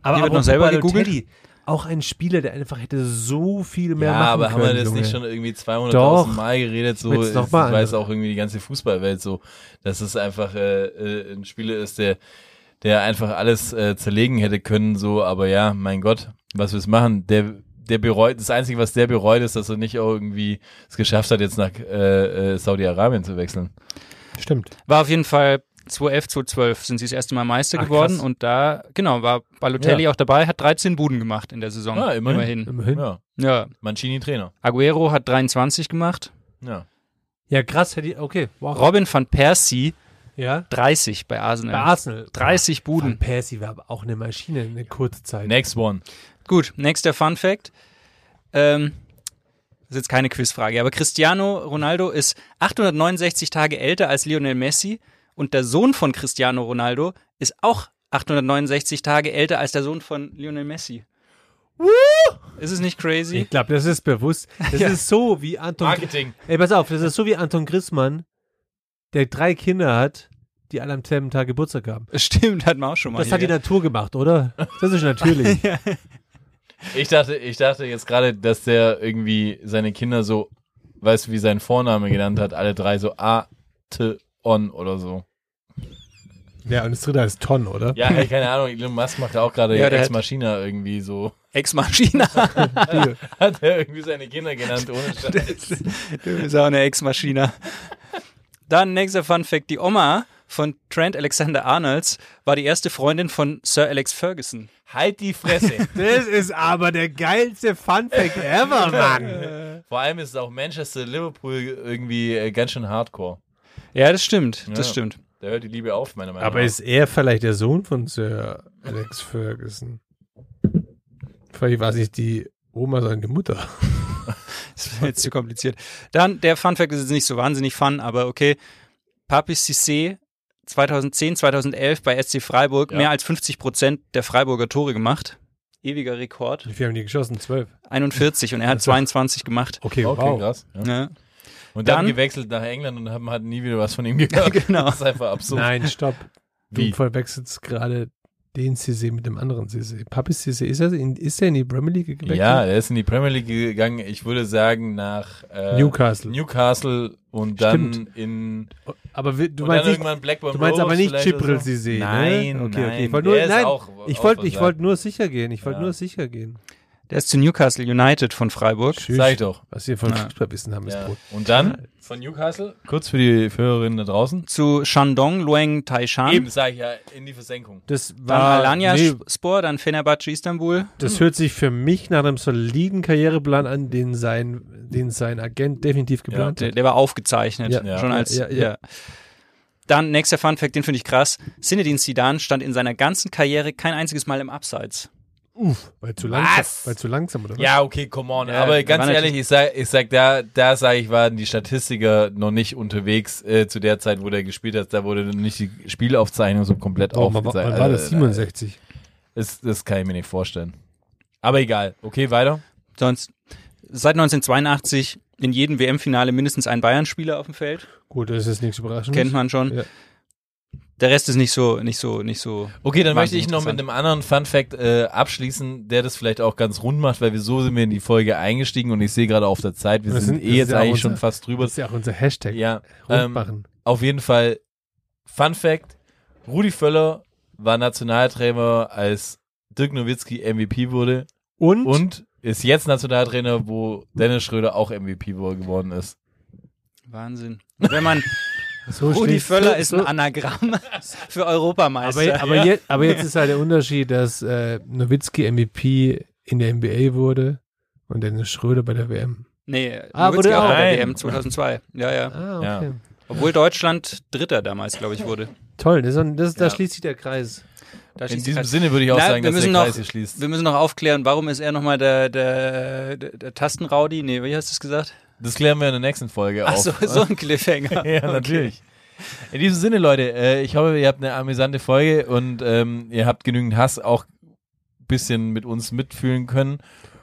Speaker 8: Aber
Speaker 9: Die wird noch
Speaker 8: apropos
Speaker 9: selber
Speaker 8: Balotelli, Auch ein Spieler, der einfach hätte so viel mehr
Speaker 7: ja,
Speaker 8: machen
Speaker 7: aber
Speaker 8: können.
Speaker 7: haben wir das
Speaker 8: Junge.
Speaker 7: nicht schon irgendwie 200.000
Speaker 8: Doch.
Speaker 7: Mal geredet? So, das
Speaker 8: Willst du noch mal
Speaker 7: weiß
Speaker 8: andere?
Speaker 7: auch irgendwie die ganze Fußballwelt so, dass es einfach äh, äh, ein Spieler ist, der, der einfach alles äh, zerlegen hätte können. So, aber ja, mein Gott, was willst du machen? Der, der bereut, das Einzige, was der bereut, ist, dass er nicht auch irgendwie es geschafft hat, jetzt nach äh, äh, Saudi-Arabien zu wechseln.
Speaker 8: Stimmt.
Speaker 9: War auf jeden Fall 2011, 2012 sind sie das erste Mal Meister
Speaker 8: Ach,
Speaker 9: geworden
Speaker 8: krass.
Speaker 9: und da, genau, war Balotelli
Speaker 7: Ja.
Speaker 9: auch dabei, hat 13 Buden gemacht in der Saison.
Speaker 7: Ja, immerhin.
Speaker 8: Ah, Immerhin.
Speaker 7: Ja.
Speaker 9: Ja.
Speaker 7: Mancini Trainer.
Speaker 9: Aguero hat 23 gemacht.
Speaker 7: Ja.
Speaker 8: Ja, krass, hätte ich, okay. Wow.
Speaker 9: Robin van Persie
Speaker 8: Ja.
Speaker 9: 30 bei Arsenal.
Speaker 8: Bei Arsenal.
Speaker 9: 30
Speaker 8: Van
Speaker 9: Buden.
Speaker 8: Persie war aber auch eine Maschine in der kurzen Zeit.
Speaker 7: Next one.
Speaker 9: Gut, nächster Fun Fact. Ähm, das ist jetzt keine Quizfrage, aber Cristiano Ronaldo ist 869 Tage älter als Lionel Messi und der Sohn von Cristiano Ronaldo ist auch 869 Tage älter als der Sohn von Lionel Messi. Ist es nicht crazy?
Speaker 8: Ich glaube, das ist bewusst. Das
Speaker 9: Ja.
Speaker 8: ist so wie Anton.
Speaker 7: Marketing.
Speaker 8: Ey, pass auf, das ist so wie Anton Grissmann, der drei Kinder hat, die alle am selben Tag Geburtstag haben.
Speaker 9: Stimmt, hat man auch schon mal.
Speaker 8: Das hat die
Speaker 9: hier.
Speaker 8: Natur gemacht, oder? Das ist natürlich.
Speaker 7: Ich dachte, ich dachte jetzt gerade, dass der irgendwie seine Kinder so, weißt du, wie sein Vorname genannt hat, alle drei so A, T, On oder so.
Speaker 8: ja, und das dritte heißt Ton, oder?
Speaker 7: Ja, ey, keine Ahnung, Elon Musk macht ja auch gerade
Speaker 9: Ja, der
Speaker 7: Ex Machina irgendwie so.
Speaker 9: Ex-Maschine.
Speaker 7: Hat er irgendwie seine Kinder genannt, ohne Scheiß.
Speaker 9: Du bist auch eine Ex-Maschine. Dann nächster Fun Fact: Die Oma von Trent Alexander Arnolds war die erste Freundin von Sir Alex Ferguson.
Speaker 7: Halt die Fresse.
Speaker 8: Das ist aber der geilste Funfact ever, Mann.
Speaker 7: Vor allem ist es auch Manchester, Liverpool irgendwie äh, ganz schön hardcore.
Speaker 9: Ja, das stimmt. Das
Speaker 7: Ja.
Speaker 9: stimmt.
Speaker 7: Da hört die Liebe auf, meiner Meinung
Speaker 8: Aber
Speaker 7: nach.
Speaker 8: ist er vielleicht der Sohn von Sir Alex Ferguson? Vielleicht war es nicht die Oma, sondern die Mutter.
Speaker 9: Das wäre jetzt zu kompliziert. Dann der Fun Fact ist jetzt nicht so wahnsinnig fun, aber okay. Papi Cissé 2010, 2011 bei SC Freiburg
Speaker 7: Ja.
Speaker 9: mehr als 50 Prozent der Freiburger Tore gemacht. Ewiger Rekord.
Speaker 8: Wie viel haben die geschossen? Zwölf.
Speaker 9: 41 und er hat 22 gemacht.
Speaker 8: Okay,
Speaker 7: okay,
Speaker 8: wow.
Speaker 7: krass. Ja.
Speaker 9: Ja,
Speaker 7: Und dann,
Speaker 9: Dann-
Speaker 7: gewechselt nach England und haben halt nie wieder was von ihm gehört.
Speaker 9: genau.
Speaker 7: Das ist einfach absurd.
Speaker 8: Nein, stopp.
Speaker 7: Wie?
Speaker 8: Du verwechselst gerade den CC mit dem anderen CC. Papis CC, ist er in, ist er in die Premier League gewechselt?
Speaker 7: Ja, er ist in die Premier League gegangen. Ich würde sagen nach äh,
Speaker 8: Newcastle.
Speaker 7: Newcastle und dann
Speaker 8: Stimmt.
Speaker 7: in
Speaker 8: Aber wir- du
Speaker 7: und dann
Speaker 8: meinst, nicht,
Speaker 7: irgendwann Blackburn
Speaker 8: du meinst
Speaker 7: Rovers
Speaker 8: aber nicht
Speaker 7: vielleicht
Speaker 8: Chipril
Speaker 7: oder so.
Speaker 8: CC,
Speaker 7: Nein,
Speaker 8: ne? Okay,
Speaker 7: nein.
Speaker 8: okay. Ich wollte nur,
Speaker 7: Der ist
Speaker 8: nein,
Speaker 7: auch-
Speaker 8: ich
Speaker 7: auch
Speaker 8: wollte ich
Speaker 7: versagt.
Speaker 8: wollte nur sicher gehen. Ich wollte
Speaker 7: Ja.
Speaker 8: nur sicher gehen.
Speaker 9: Der ist zu Newcastle United von Freiburg.
Speaker 7: Sag ich doch.
Speaker 8: Was wir von
Speaker 9: Ja.
Speaker 8: Fußballwissen haben, ist
Speaker 7: Ja.
Speaker 8: Brot.
Speaker 7: Und dann von Newcastle kurz für die Hörerinnen da draußen.
Speaker 9: zu Shandong Luang Taishan.
Speaker 7: Eben sage ich ja in die Versenkung.
Speaker 8: Das
Speaker 9: Dann
Speaker 8: war
Speaker 9: Alanya
Speaker 8: Ah, nee,
Speaker 9: Spor, dann Fenerbahce Istanbul.
Speaker 8: Das hört sich für mich nach einem soliden Karriereplan an, den sein, den sein Agent definitiv geplant
Speaker 9: Der,
Speaker 8: hat.
Speaker 9: der war aufgezeichnet.
Speaker 8: Ja,
Speaker 9: schon
Speaker 8: ja,
Speaker 9: als,
Speaker 8: ja, ja.
Speaker 9: Dann nächster Fun Fact, den finde ich krass. Sinedin Sidan stand in seiner ganzen Karriere kein einziges Mal im Abseits.
Speaker 8: Uff, weil zu langsam,
Speaker 7: Was?
Speaker 8: weil zu langsam oder was?
Speaker 7: Ja, Ah, okay, come on.
Speaker 9: Ja,
Speaker 7: Aber
Speaker 9: der
Speaker 7: ganz
Speaker 9: war
Speaker 7: ehrlich, ich sag, ich sag da, da sage ich, waren die Statistiker noch nicht unterwegs äh, zu der Zeit, wo der gespielt hat. Da wurde nicht die Spielaufzeichnung so komplett
Speaker 8: Oh, man, war-
Speaker 7: aufgezeigt.
Speaker 8: man war das
Speaker 7: Äh,
Speaker 8: 67.
Speaker 7: Das, das kann ich mir nicht vorstellen. Aber egal. Okay, weiter.
Speaker 9: Sonst seit 1982 in jedem WM-Finale mindestens ein Bayern-Spieler auf dem Feld.
Speaker 8: Gut, das ist nichts Überraschendes.
Speaker 9: Kennt man schon.
Speaker 8: Ja.
Speaker 9: Der Rest ist nicht so, nicht so, nicht so.
Speaker 7: Okay, dann möchte
Speaker 9: wahnsinnig
Speaker 7: ich noch mit
Speaker 9: interessant.
Speaker 7: einem anderen Fun Fact äh, abschließen, der das vielleicht auch ganz rund macht, weil wir so sind wir in die Folge eingestiegen und ich sehe gerade auf der Zeit, wir
Speaker 8: Das
Speaker 7: sind,
Speaker 8: sind-
Speaker 7: eh
Speaker 8: das
Speaker 7: jetzt
Speaker 8: ist ja auch
Speaker 7: eigentlich
Speaker 8: unser-
Speaker 7: schon fast drüber.
Speaker 8: Das ist ja auch unser Hashtag.
Speaker 7: Ja, ähm,
Speaker 8: Rundmachen.
Speaker 7: auf jeden Fall Fun Fact: Rudi Völler war Nationaltrainer, als Dirk Nowitzki MVP wurde
Speaker 8: und,
Speaker 7: und ist jetzt Nationaltrainer, wo Dennis Schröder auch MVP wo- geworden ist.
Speaker 9: Wahnsinn. Wenn man
Speaker 8: so
Speaker 9: Rudi
Speaker 8: steht's.
Speaker 9: Völler ist
Speaker 8: So-
Speaker 9: ein Anagramm für Europameister.
Speaker 8: Aber, aber, je, aber jetzt ist halt der Unterschied, dass äh, Nowitzki MVP in der NBA wurde und Dennis Schröder bei der WM.
Speaker 9: Nee,
Speaker 8: Ah,
Speaker 9: Nowitzki
Speaker 8: wurde
Speaker 9: auch bei der
Speaker 7: auch.
Speaker 9: WM 2002. Ja, ja.
Speaker 8: Ah,
Speaker 7: okay.
Speaker 8: okay.
Speaker 9: Obwohl Deutschland Dritter damals, glaube ich, wurde.
Speaker 8: Toll, das, ist- das, da
Speaker 9: Ja.
Speaker 8: schließt sich der Kreis.
Speaker 9: Da
Speaker 7: In
Speaker 9: schließt
Speaker 7: diesem
Speaker 9: sich-
Speaker 7: Sinne würde ich auch
Speaker 9: Na,
Speaker 7: sagen,
Speaker 9: wir
Speaker 7: dass der
Speaker 9: müssen
Speaker 7: Kreis
Speaker 9: noch-
Speaker 7: hier schließt.
Speaker 9: Wir müssen noch aufklären, warum ist er nochmal der, der, der, der Tastenraudi? Nee, wie hast du es gesagt?
Speaker 7: Das klären wir in der nächsten Folge
Speaker 9: Ach
Speaker 7: auf. äh,
Speaker 9: so, so ein Cliffhanger.
Speaker 7: Ja, natürlich. In diesem Sinne, Leute, äh, ich hoffe, ihr habt eine amüsante Folge und ähm, ihr habt genügend Hass auch ein bisschen mit uns mitfühlen können.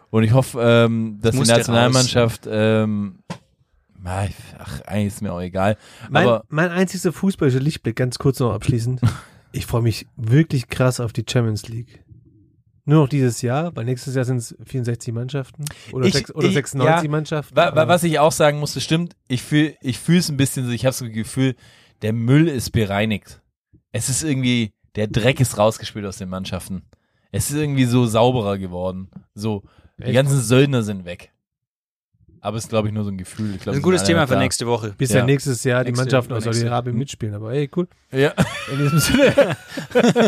Speaker 7: Und ich hoffe, ähm, dass die
Speaker 9: musste
Speaker 7: Nationalmannschaft, ähm, mei, ach, eigentlich ist mir auch egal.
Speaker 8: Mein,
Speaker 7: Aber
Speaker 8: mein einzigster fußballischer Lichtblick, ganz kurz noch abschließend. Ich freue mich wirklich krass auf die Champions League. Nur noch dieses Jahr, weil nächstes Jahr sind es 64 Mannschaften oder,
Speaker 7: Ich-
Speaker 8: sechs, oder
Speaker 7: ich-
Speaker 8: 96
Speaker 7: ja,
Speaker 8: Mannschaften.
Speaker 7: Wa wa was ich auch sagen musste, stimmt, ich fühle ich fühl's ein bisschen so, ich habe so ein Gefühl, der Müll ist bereinigt. Es ist irgendwie, der Dreck ist rausgespült aus den Mannschaften. Es ist irgendwie so sauberer geworden. So, die
Speaker 8: Echt?
Speaker 7: ganzen Söldner sind weg. Aber es ist, glaube ich, nur so ein Gefühl. Ich glaub,
Speaker 9: Das ist ein
Speaker 7: es sind
Speaker 9: gutes
Speaker 7: alle
Speaker 9: Thema
Speaker 7: noch
Speaker 9: für
Speaker 7: da.
Speaker 9: nächste Woche.
Speaker 8: Bis
Speaker 7: Ja. Mhm.
Speaker 8: ja nächstes Jahr die
Speaker 9: Nächste-
Speaker 8: Mannschaften aus
Speaker 9: übernächste.
Speaker 8: Saudi-Arabien mitspielen, aber ey, cool.
Speaker 7: Ja.
Speaker 8: In diesem Sinne.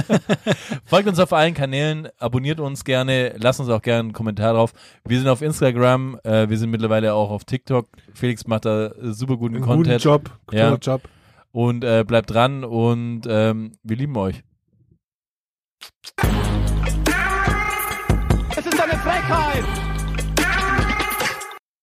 Speaker 7: Folgt uns auf allen Kanälen, abonniert uns gerne, lasst uns auch gerne einen Kommentar drauf. Wir sind auf Instagram, äh, wir sind mittlerweile auch auf TikTok. Felix macht da äh, super guten
Speaker 8: Einen
Speaker 7: Content.
Speaker 8: guten Job, guter
Speaker 7: Ja.
Speaker 8: Job.
Speaker 7: Und äh, bleibt dran und ähm, wir lieben euch.
Speaker 3: Es ist eine Frechheit.